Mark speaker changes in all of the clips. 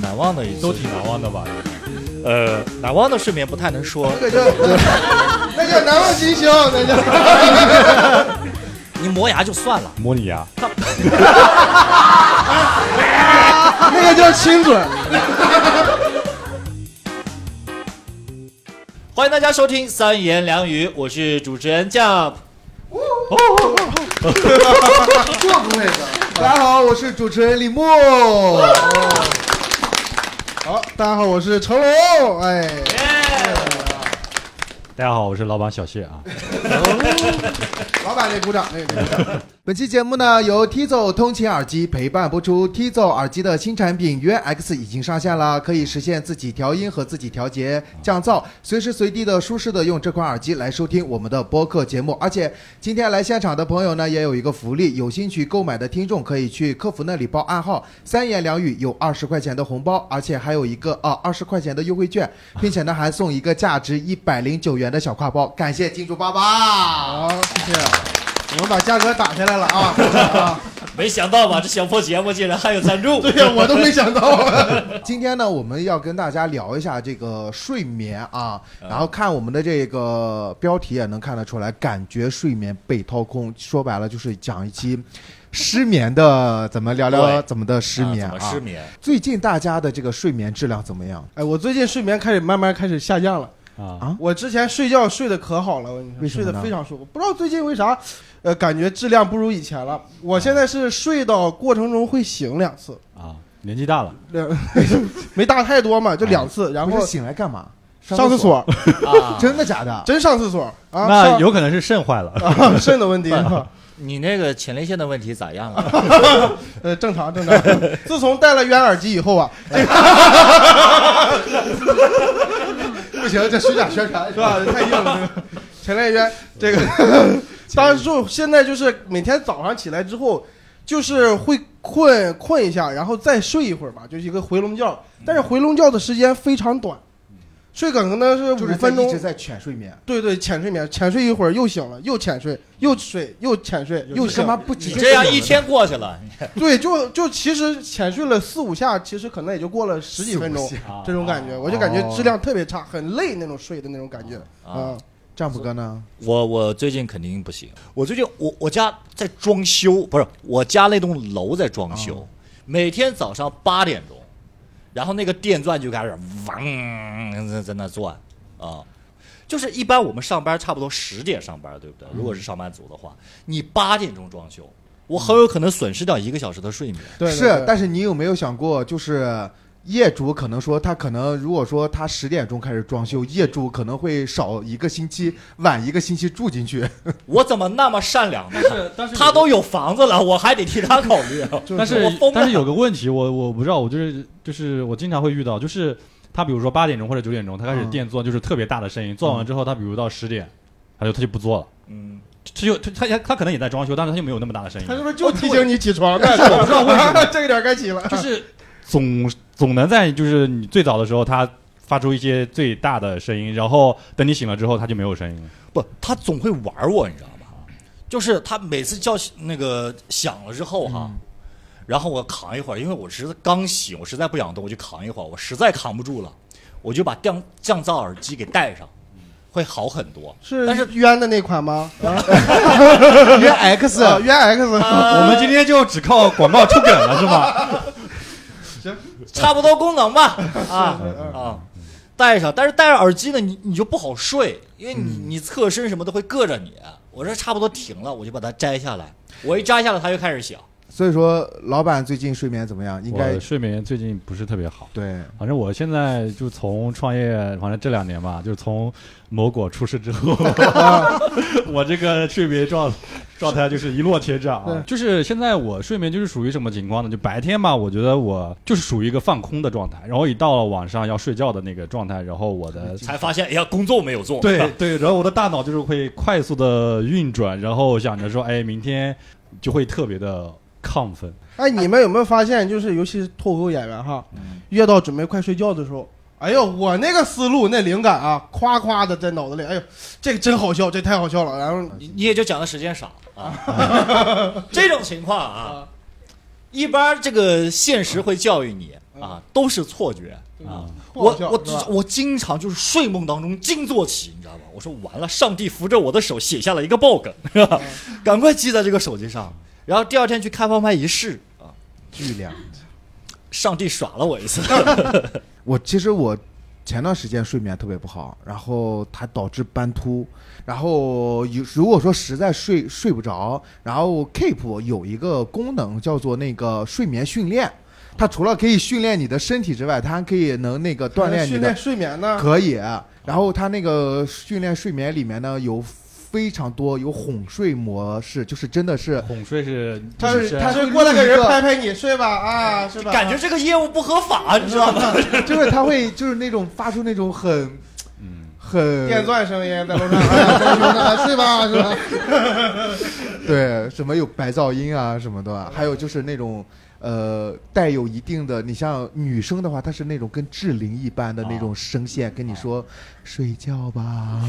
Speaker 1: 难忘的一次
Speaker 2: 都挺难忘的吧？
Speaker 1: 呃，难忘的睡眠不太能说，
Speaker 3: 那叫那叫难忘今宵，那叫
Speaker 1: 你磨牙就算了，
Speaker 2: 摸你牙，
Speaker 3: 那个叫亲 嘴。
Speaker 1: 欢迎大家收听三言两语，我是主持人 Jump。
Speaker 3: 这不会的。大家好，我是主持人李默。好，大家好，我是成龙。哎，
Speaker 2: 大家好，我是老板小谢啊。
Speaker 3: 老板得鼓掌，那个鼓掌。本期节目呢，由 Tizo 通勤耳机陪伴播出。Tizo 耳机的新产品约 X 已经上线了，可以实现自己调音和自己调节、降噪，随时随地的舒适的用这款耳机来收听我们的播客节目。而且今天来现场的朋友呢，也有一个福利，有兴趣购买的听众可以去客服那里报暗号，三言两语有二十块钱的红包，而且还有一个啊二十块钱的优惠券，并且呢还送一个价值一百零九元的小挎包。感谢金主爸爸，好，谢谢。我们把价格打下来了啊！啊
Speaker 1: 没想到吧，这小破节目竟然还有赞 助。 啊
Speaker 3: 对呀，我都没想到。 今天呢，我们要跟大家聊一下这个睡眠啊，然后看我们的这个标题也能看得出来，感觉睡眠被掏空。说白了就是讲一期失眠的，怎么聊聊
Speaker 1: 对
Speaker 3: 怎么的失眠
Speaker 1: 啊怎么
Speaker 3: 啊
Speaker 1: 失？眠？
Speaker 3: 最近大家的这个睡眠质量怎么样？
Speaker 4: 哎，我最近睡眠开始慢慢开始下降了。
Speaker 2: 啊，
Speaker 4: 我之前睡觉睡得可好了，我跟你
Speaker 3: 为什
Speaker 4: 说，
Speaker 3: 么
Speaker 4: 睡
Speaker 3: 呢
Speaker 4: 得非常舒服。不知道最近为啥，呃，感觉质量不如以前了。我现在是睡到过程中会醒两次，
Speaker 2: 啊，年纪大了，
Speaker 4: 两 没大太多嘛，就两次，然
Speaker 3: 不
Speaker 4: 后
Speaker 3: 是醒来干嘛？
Speaker 4: 上
Speaker 3: 厕，
Speaker 4: 厕所，
Speaker 1: 啊，
Speaker 3: 真的假的？
Speaker 4: 真上厕所啊，
Speaker 2: 那
Speaker 4: 上
Speaker 2: 有可能是肾坏了。
Speaker 4: 啊肾的问题，
Speaker 1: 你那个前列腺的问题咋样啊 了？
Speaker 4: 呃，正常正常。 自从戴了冤耳机以后啊，
Speaker 3: 不行，这虚假宣传
Speaker 4: 是吧？太硬了，这个前列腺 这个，当时就现在就是每天早上起来之后，就是会困困一下，然后再睡一会儿吧，就是一个回笼觉。
Speaker 3: 嗯
Speaker 4: 但是回笼觉的时间非常短，睡可能是
Speaker 3: 就
Speaker 4: 五
Speaker 3: 是在
Speaker 4: 分
Speaker 3: 一直
Speaker 4: 钟。
Speaker 3: 在浅睡眠。
Speaker 4: 对对，浅睡眠，浅睡一会儿又醒了，又浅睡，又睡，又浅睡，又
Speaker 3: 干
Speaker 4: 醒。
Speaker 3: 嘛不
Speaker 1: 你
Speaker 3: 直接
Speaker 1: 这样
Speaker 3: 睡
Speaker 1: 一天过去了，
Speaker 4: 对，就就其实浅睡了四五下，其实可能也就过了十几分
Speaker 3: 四五下，
Speaker 4: 钟
Speaker 2: 啊
Speaker 4: 这种感觉，
Speaker 2: 啊
Speaker 4: 我就感觉
Speaker 3: 哦
Speaker 4: 质量特别差，很累那种睡的那种感觉
Speaker 1: 啊
Speaker 4: 啊。
Speaker 3: 占卜哥呢？
Speaker 1: 我我最近肯定不行。我最近我我家在装修，不是我家那栋楼在装修，每天早上八点钟，然后那个电钻就开始嗡在在那转啊。就是一般我们上班差不多十点上班，对不对？如果是上班族的话，你八点钟装修，我很有可能损失掉一个小时的睡眠。
Speaker 4: 对，对
Speaker 3: 是
Speaker 4: 对，
Speaker 3: 但是你有没有想过，就是业主可能说他可能如果说他十点钟开始装修，业主可能会少一个星期，晚一个星期住进 去。
Speaker 1: 我怎么那么善良 呢？
Speaker 2: 是，但是
Speaker 1: 他都有房子了，我还得替他考 虑。啊
Speaker 2: 但
Speaker 1: 我
Speaker 2: 是
Speaker 1: 疯了
Speaker 2: 但是有个问题，我我不知道，我就是就是我经常会遇到，就是他比如说八点钟或者九点钟，他开始
Speaker 3: 嗯
Speaker 2: 电钻，就是特别大的声音，做完之后他比如到十点，他就他就不做了，
Speaker 1: 嗯，
Speaker 2: 他就他他他可能也在装修，但是他就没有那么大的声音
Speaker 4: 他
Speaker 2: 了，
Speaker 4: 是不是就提醒你起 床呢？
Speaker 2: 我不知道为 什么
Speaker 4: 这个点儿该起了。
Speaker 2: 就是总总能在就是你最早的时候他。发出一些最大的声音，然后等你醒了之后，他就没有声音了。
Speaker 1: 不，他总会玩我，你知道吧？就是他每次叫那个响了之后哈，然后我扛一会儿，因为我实在刚醒，我实在不想动，我就扛一会儿，我实在扛不住了，我就把降降噪耳机给戴上，会好很多。
Speaker 4: 是，
Speaker 1: 但是
Speaker 4: 冤的那款吗？
Speaker 3: 约哎 X，
Speaker 4: 啊，冤 X，
Speaker 2: 我们今天就只靠广告出梗了，是吗？
Speaker 1: 差不多功能吧，啊啊，戴上，但是戴上耳机呢，你你就不好睡，因为你你侧身什么都会硌着你。我这差不多停了，我就把它摘下来，我一摘下来它就开始响。
Speaker 3: 所以说老板最近睡眠怎么样？应该
Speaker 2: 我睡眠最近不是特别好，
Speaker 3: 对，
Speaker 2: 反正我现在就从创业，反正这两年吧，就是从某果出事之后，我这个睡眠状状态就是一落千丈啊。就是现在我睡眠就是属于什么情况呢？就白天吧，我觉得我就是属于一个放空的状态，然后一到了晚上要睡觉的那个状态，然后我的
Speaker 1: 才发现，哎呀，工作没有做。
Speaker 2: 对 对，然后我的大脑就是会快速的运转，然后想着说，哎，明天就会特别的亢奋。
Speaker 4: 哎，你们有没有发现，就是尤其是脱口演员哈，越到准备快睡觉的时候，哎呦，我那个思路那灵感啊，夸夸的在脑子里，哎呦，这个真好笑，这太好笑了。然后
Speaker 1: 你你也就讲的时间少啊。这种情况啊，一般这个现实会教育你
Speaker 4: 嗯
Speaker 1: 啊，都是错觉啊。
Speaker 4: 不
Speaker 1: 我
Speaker 4: 好笑
Speaker 1: 我
Speaker 4: 是吧
Speaker 1: 我经常就是睡梦当中惊坐起，你知道吧？我说完了，上帝扶着我的手写下了一个 bug，是吧？
Speaker 4: 嗯
Speaker 1: 赶快记在这个手机上，然后第二天去开放麦一试啊，
Speaker 3: 巨量。
Speaker 1: 上帝耍了我一 次。
Speaker 3: 我其实我前段时间睡眠特别不好，然后它导致斑秃，然后有如果说实在睡睡不着，然后 Keep 有一个功能叫做那个睡眠训练，它除了可以训练你的身体之外，它还可以能那个锻炼你
Speaker 4: 呃训
Speaker 3: 的
Speaker 4: 练睡眠呢？
Speaker 3: 可以。然后它那个训练睡眠里面呢有非常多有哄睡模式，就是真的是
Speaker 2: 哄睡是啊
Speaker 4: 他
Speaker 2: 女生
Speaker 4: 他是过来给人拍拍你睡吧啊，是吧？
Speaker 1: 感觉这个业务不合法，你知道吗？
Speaker 3: 就是它会就是那种发出那种很
Speaker 2: 嗯，
Speaker 3: 很
Speaker 4: 电钻声音在楼上，
Speaker 3: 睡吧，是吧？ 对，什么有白噪音啊什么的啊，还有就是那种呃带有一定的，你像女生的话，她是那种跟志玲一般的那种声线，跟你说睡觉吧。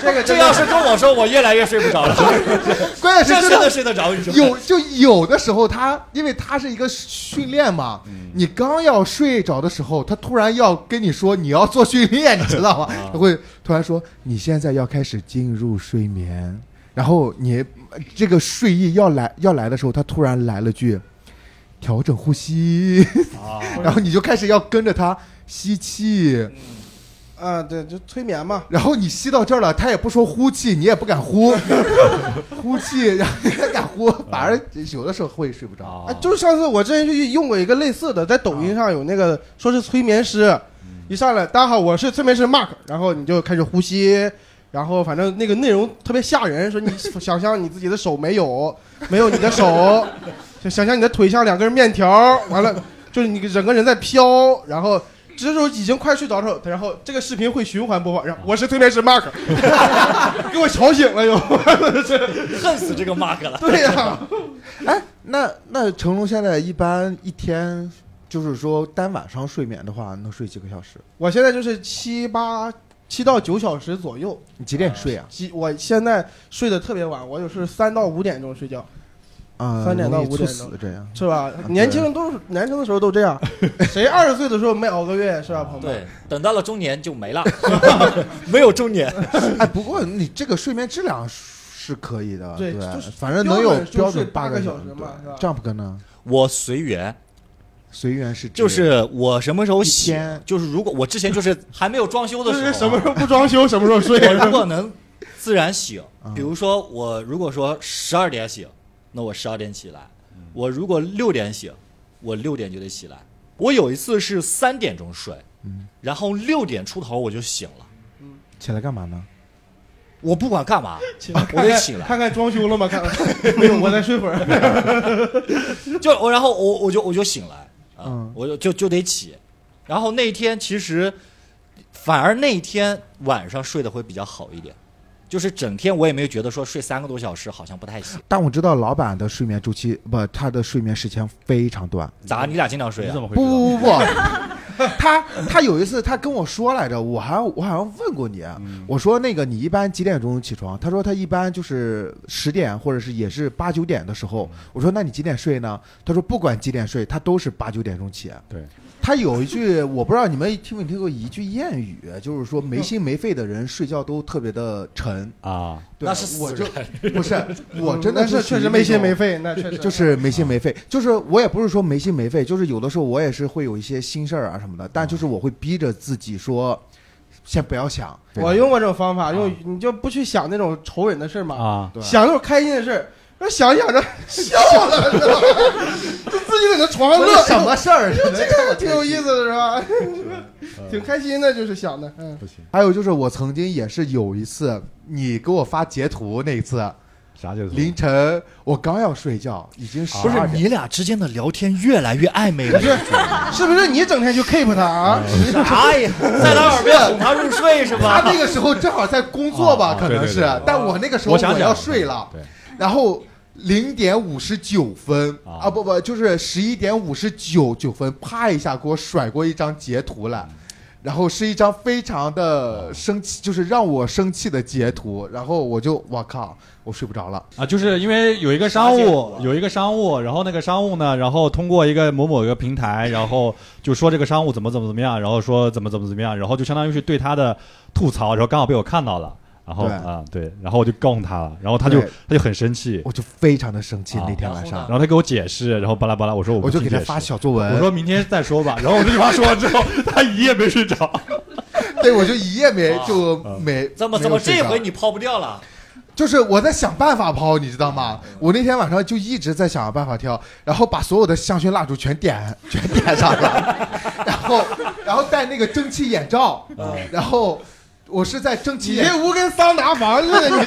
Speaker 4: 这个
Speaker 1: 这
Speaker 4: 真的
Speaker 1: 要是跟我说，我越来越睡不 着了。
Speaker 3: 关键
Speaker 1: 这真
Speaker 3: 是真
Speaker 1: 的
Speaker 3: 的。
Speaker 1: 睡得着，你说吗？
Speaker 3: 有就有的时候她，因为她是一个训练嘛，你刚要睡着的时候，她突然要跟你说你要做训练，你知道吗？她会突然说你现在要开始进入睡眠，然后你这个睡意要来要来的时候，他突然来了句调整呼吸，
Speaker 2: 啊，
Speaker 3: 然后你就开始要跟着他吸气，
Speaker 4: 啊，对，就催眠嘛。
Speaker 3: 然后你吸到这儿了，他也不说呼气，你也不敢呼， 呼气，然后你也敢呼，反而有的时候会睡不着。
Speaker 2: 啊
Speaker 4: 哎，就是上次我之前去用过一个类似的，在抖音上有那个说是催眠师，一上来大家好，我是催眠师 Mark，然后你就开始呼吸，然后反正那个内容特别吓人，说你想象你自己的手没有，没有你的手，就想象你的腿像两根面条，完了就是你整个人在飘，然后。这时候已经快睡着的时候，然后这个视频会循环播放，然后我是催眠师 Mark，给 我吵醒了又。
Speaker 1: 恨死这个 Mark 了。
Speaker 4: 对呀、
Speaker 3: 哎，那那成龙现在一般一天就是说单晚上睡眠的话，能睡几个小时？
Speaker 4: 我现在就是七八七到九小时左右，
Speaker 3: 你几点睡啊？
Speaker 4: 几我现在睡得特别晚，我就是三到五点钟睡觉，
Speaker 3: 啊，
Speaker 4: 三点到
Speaker 3: 容易
Speaker 4: 五
Speaker 3: 猝
Speaker 4: 点
Speaker 3: 死
Speaker 4: 钟
Speaker 3: 这样。
Speaker 4: 是吧？年轻人都是年轻的时候都 这样，谁二十岁的时候没熬个夜是吧，朋友们？
Speaker 1: 对，等到了中年就没了，没有中年。
Speaker 3: 哎，不过你这个睡眠质量是可以的，
Speaker 4: 对
Speaker 3: 对，
Speaker 4: 就是
Speaker 3: 反正能有标
Speaker 4: 标准就是
Speaker 3: 准八
Speaker 4: 八
Speaker 3: 个
Speaker 4: 个小
Speaker 3: 时
Speaker 4: 时嘛是吧
Speaker 3: 这样不可能，
Speaker 1: 我随缘，
Speaker 3: 随缘是指
Speaker 1: 就是我什么时候
Speaker 3: 一
Speaker 1: 洗
Speaker 3: 天，
Speaker 1: 就是如果我之前就是还没有装修的
Speaker 4: 就
Speaker 1: 时候
Speaker 4: 是
Speaker 1: 啊，
Speaker 4: 什么时候不装修什么时候睡。
Speaker 1: 我如果能自然醒
Speaker 3: 啊，
Speaker 1: 比如说我如果说十二点醒，那我十二点起来；我如果六点醒，我六点就得起来。我有一次是三点钟睡，
Speaker 3: 嗯
Speaker 1: 然后六点出头我就醒了，
Speaker 3: 起来干嘛呢？
Speaker 1: 我不管干嘛，我
Speaker 4: 看
Speaker 1: 得
Speaker 4: 看
Speaker 1: 起来。
Speaker 4: 看看装修了吗？看看，没有，我再睡会儿。
Speaker 1: 就我，然后我我就我就醒来啊，
Speaker 3: 嗯
Speaker 1: 我就就就得起。然后那天其实反而那天晚上睡得会比较好一点，就是整天我也没有觉得说睡三个多小时好像不太行。
Speaker 3: 但我知道老板的睡眠周期不，他的睡眠时间非常短。
Speaker 1: 咋？你俩经常睡
Speaker 2: 你
Speaker 1: 啊
Speaker 2: 怎？么会
Speaker 3: 不
Speaker 2: 知道？
Speaker 3: 不不不， 他他有一次他跟我说来着，我还我好像问过你，啊
Speaker 4: 嗯
Speaker 3: 我说那个你一般几点钟起床？他说他一般就是十点或者是也是八九点的时
Speaker 4: 嗯
Speaker 3: 候。我说那你几点睡呢？他说不管几点睡，他都是八九点钟起。啊
Speaker 2: 对，
Speaker 3: 他有一句我不知道你们听没听过一句谚语，啊就是说
Speaker 1: 嗯
Speaker 3: 没心没肺的人睡觉都特别的沉。
Speaker 2: 啊，
Speaker 3: 对
Speaker 1: 那是死
Speaker 3: 我就
Speaker 1: 人
Speaker 3: 不是我真的
Speaker 4: 那是
Speaker 3: 属于
Speaker 4: 确实
Speaker 3: 那
Speaker 4: 没心
Speaker 3: 种
Speaker 4: 没肺，那确 实
Speaker 2: 啊
Speaker 3: 就是没心没肺，就是我也不是说没心没肺，就是有的时候我也是会有一些心事儿啊什么的，但就是我会逼着自己说，先不要想。
Speaker 2: 啊
Speaker 4: 我用过这种方法，用你就不去想那种仇人的事儿嘛，
Speaker 2: 啊，
Speaker 3: 啊对
Speaker 4: 想那种开心的事儿，说想一想 着笑了，知道吗？ 就自己在那床上
Speaker 3: 这
Speaker 4: 乐，
Speaker 3: 什么事儿？
Speaker 4: 这个哎挺有意思的是吧？ 挺开心的，就是想的，嗯，
Speaker 2: 不行，
Speaker 3: 还有就是我曾经也是有一次，你给我发截图那一次，
Speaker 2: 啥叫做
Speaker 3: 凌晨我刚要睡觉，已经十
Speaker 1: 不是
Speaker 3: 二点。
Speaker 1: 你俩之间的聊天越来越暧昧了，
Speaker 4: 是不是你整天就 keep 他啊？
Speaker 3: 哎
Speaker 1: 啥 呀？在他耳边哄他入睡是
Speaker 3: 他
Speaker 1: 吧？
Speaker 3: 那个时候正好在工作吧，
Speaker 2: 啊啊
Speaker 3: 可能
Speaker 2: 对对
Speaker 3: 是
Speaker 2: 对对，
Speaker 3: 但我那个时候
Speaker 2: 我想起来
Speaker 3: 要睡了，
Speaker 2: 对，
Speaker 3: 然后零点五十九分
Speaker 2: 啊
Speaker 3: 啊，
Speaker 2: 嗯
Speaker 3: 不不，就是十一点五十九九分，啪一下给我甩过一张截图来，然后是一张非常的生气，就是让我生气的截图，然后我就我靠，我睡不着了。
Speaker 2: 啊，就是因为有一个商
Speaker 3: 啊
Speaker 2: 务，有一个商务，然后那个商务呢，然后通过一个某某一个平台，然后就说这个商务怎么怎么怎么样，然后说怎么怎么怎么样，然后就相当于是对他的吐槽，然后刚好被我看到了，然后
Speaker 3: 对
Speaker 2: 啊对，然后我就告诉他了，然后他就
Speaker 3: 对
Speaker 2: 他就很生气，
Speaker 3: 我就非常的生气
Speaker 2: 啊
Speaker 3: 那天晚
Speaker 1: 然
Speaker 3: 上
Speaker 1: 后，
Speaker 2: 然后他给我解释，然后巴拉巴拉，我说我不
Speaker 3: 我就
Speaker 2: 听
Speaker 3: 给他
Speaker 2: 解释
Speaker 3: 发小作文，
Speaker 2: 我说明天再说吧， 然后我这句话说完之后，他一夜没睡着。
Speaker 3: 对，我就一夜没就
Speaker 2: 啊
Speaker 3: 没
Speaker 1: 怎么
Speaker 3: 没
Speaker 1: 怎
Speaker 3: 有
Speaker 1: 么
Speaker 3: 睡
Speaker 1: 这
Speaker 3: 着
Speaker 1: 回你抛不掉了？
Speaker 3: 就是我在想办法抛，你知道吗？我那天晚上就一直在想办法挑，然后把所有的香薰蜡烛全点全点上了， 然后然后戴那个蒸汽眼罩，然后我是在蒸汽
Speaker 4: 你
Speaker 3: 眼
Speaker 4: 这屋跟桑拿房似的，你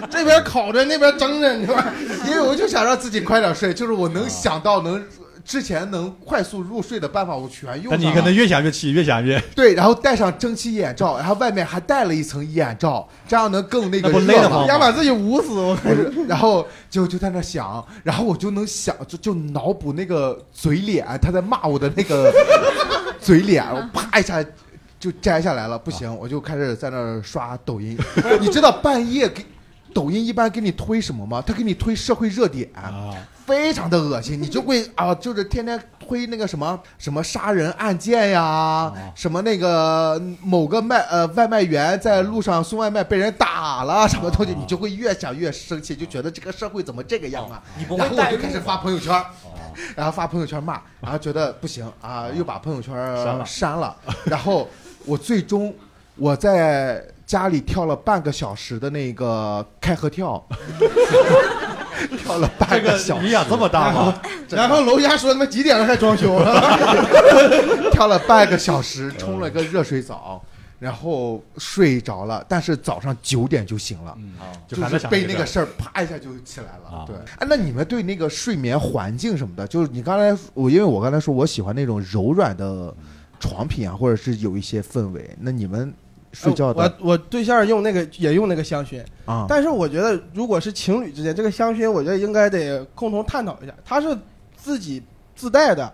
Speaker 4: 屋这边烤着，那边蒸着，你知道吧？
Speaker 3: 因为我就想让自己快点睡，就是我能想到能之前能快速入睡的办法，我全用
Speaker 2: 但
Speaker 3: 上
Speaker 2: 你
Speaker 3: 了。
Speaker 2: 可能越想越气，越想越
Speaker 3: 对，然后戴上蒸汽眼罩，然后外面还戴了一层眼罩，这样能更那个
Speaker 2: 那不
Speaker 3: 热
Speaker 2: 勒得
Speaker 3: 嘛
Speaker 2: 慌
Speaker 4: 想把自己捂死， 我
Speaker 3: 我就然后就就在那想，然后我就能想，就就脑补那个嘴脸，他在骂我的那个嘴脸，我啪一下就摘下来了。不行，我就开始在那儿刷抖音。 你知道半夜给抖音一般给你推什么吗？他给你推社会热点。
Speaker 2: 啊
Speaker 3: 非常的恶心，你就会啊，就是天天推那个什么什么杀人案件呀，什么那个某个卖呃外卖员在路上送外卖被人打了什么东西，你就会越想越生气，就觉得这个社会怎么这个样啊？
Speaker 1: 你不
Speaker 3: 然
Speaker 1: 会
Speaker 3: 后我
Speaker 1: 带
Speaker 3: 就
Speaker 1: 入
Speaker 3: 开始
Speaker 1: 吧
Speaker 3: 发朋友圈，
Speaker 4: 哦
Speaker 3: 然后发朋友圈骂，然后觉得不行啊，又把朋友圈
Speaker 2: 删了
Speaker 3: 删了，然后我最终我在家里跳了半个小时的那个开合跳。 跳了
Speaker 2: 这
Speaker 3: 半
Speaker 2: 个
Speaker 3: 小时，
Speaker 2: 营养这么大吗？
Speaker 4: 然后楼下说他妈几点了还装 修啊了？
Speaker 3: 跳了半个小时，冲了个热水澡，然后睡着了。但是早上九点就醒了，
Speaker 2: 嗯
Speaker 1: 啊，
Speaker 2: 就还
Speaker 3: 就
Speaker 2: 在
Speaker 3: 是
Speaker 2: 想
Speaker 3: 被
Speaker 2: 这
Speaker 3: 那个事儿啪一下就起来了
Speaker 2: 啊。
Speaker 3: 对，哎，那你们对那个睡眠环境什么的，就是你刚才我，因为我刚才说我喜欢那种柔软的床品啊，或者是有一些氛围。那你们睡觉的
Speaker 4: 我我对象用那个也用那个香薰，
Speaker 3: 啊？
Speaker 4: 但是呃我觉得如果是情侣之间，这个香薰我觉得应该得共同探讨一下。他是自己自带的，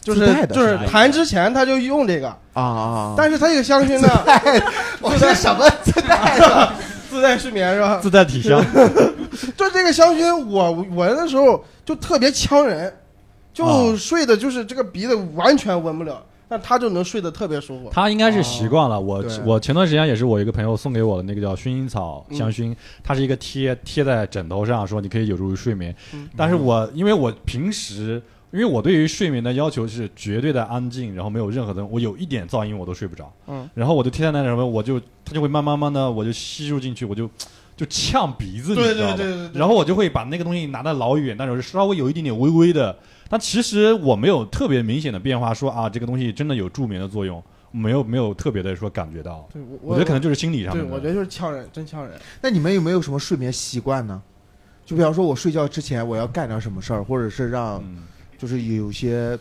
Speaker 4: 就
Speaker 3: 自
Speaker 4: 是
Speaker 3: 带的
Speaker 4: 就是
Speaker 2: 是吧
Speaker 4: 谈之前他就用这个，
Speaker 3: 啊啊啊！
Speaker 4: 但是他这个香薰呢，
Speaker 3: 我是什么自带的？
Speaker 4: 自带睡眠是吧？
Speaker 2: 自带 体香，
Speaker 4: 就这个香薰，我闻的时候就特别呛人，就
Speaker 2: 啊
Speaker 4: 睡的就是这个鼻子完全闻不了，但他就能睡得特别舒服。
Speaker 2: 他应该是习惯了。我
Speaker 3: 哦对
Speaker 2: 我前段时间也是我一个朋友送给我的那个叫薰衣草香薰，
Speaker 3: 嗯
Speaker 2: 它是一个贴贴在枕头上，说你可以有助于睡眠。
Speaker 4: 嗯
Speaker 2: 但是我因为我平时。因为我对于睡眠的要求是绝对的安静，然后没有任何的，我有一点噪音我都睡不着。
Speaker 4: 嗯，
Speaker 2: 然后我就贴在那什么，我就它就会慢慢慢的我就吸入进去，我就就呛鼻子，
Speaker 4: 对
Speaker 2: 你知道
Speaker 4: 对
Speaker 2: 吗
Speaker 4: 对对对。
Speaker 2: 然后我就会把那个东西拿到老远，但是稍微有一点点微微的，但其实我没有特别明显的变化，说啊这个东西真的有助眠的作用，没有没有特别的说感觉到。
Speaker 4: 对我
Speaker 2: 我觉得可能就是心理上
Speaker 4: 对，
Speaker 2: 面的。
Speaker 4: 我觉得就是呛人，真呛人。
Speaker 3: 那你们有没有什么睡眠习惯呢？就比方说，我睡觉之前我要干点什么事儿，或者是让
Speaker 2: 嗯，
Speaker 3: 就是有一些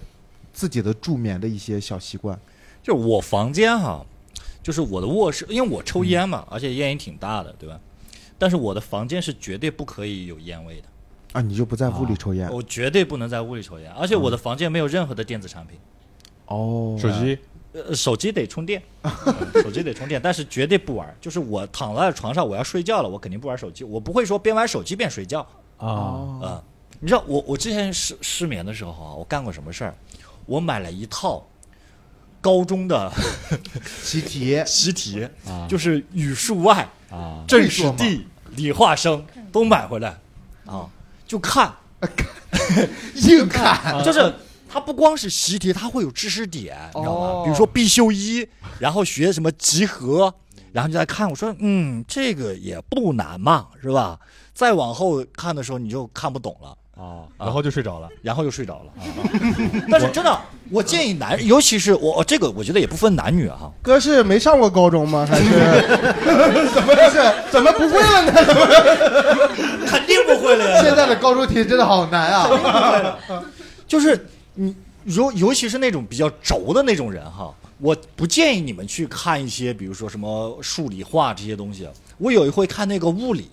Speaker 3: 自己的助眠的一些小习惯。
Speaker 1: 就是我房间哈、就是我的卧
Speaker 3: 嗯
Speaker 1: 室，因为我抽烟嘛，而且烟瘾挺大的，对吧？但是我的房间是绝对不可以有烟味的，
Speaker 3: 啊，你就不在屋里抽烟
Speaker 2: 哦
Speaker 3: 嗯
Speaker 1: 我绝对不能在屋里抽烟，而且我的房间没有任何的电子产品，
Speaker 3: 哦
Speaker 2: 手机
Speaker 1: 呃，手机得充 电，嗯手机得充电，但是绝对不玩。就是我躺在床上，我要睡觉了，我肯定不玩手机，我不会说边玩手机边睡觉
Speaker 2: 啊，
Speaker 3: 哦
Speaker 1: 啊、你知道我我之前失失眠的时候啊，我干过什么事儿？我买了一套高中的
Speaker 3: 习题
Speaker 1: 习题，
Speaker 2: 啊
Speaker 1: 就是语数外、
Speaker 2: 啊，
Speaker 1: 政史地、理化生都买回来啊，就看，
Speaker 3: 硬 看，
Speaker 1: 就是它不光是习题，它会有知识点，你知道
Speaker 4: 哦
Speaker 1: 吗？比如说必修一，然后学什么集合，然后你再看，我说嗯，这个也不难嘛，是吧？再往后看的时候你就看不懂了。
Speaker 2: 啊，然后就睡着了。
Speaker 1: 然后就睡着了， 但是真的，我建议男，尤其是我我这个，我觉得也不分男女啊哈、
Speaker 4: 哥是没上过高中吗？还是 怎么是怎么不会了呢？
Speaker 1: 肯定不会了呀
Speaker 3: 现在的高中题真的好难 啊！
Speaker 1: 就是你尤尤其是那种比较轴的那种人哈，我不建议你们去看一些，比如说什么数理化这些东西。啊我有一回看那个物理，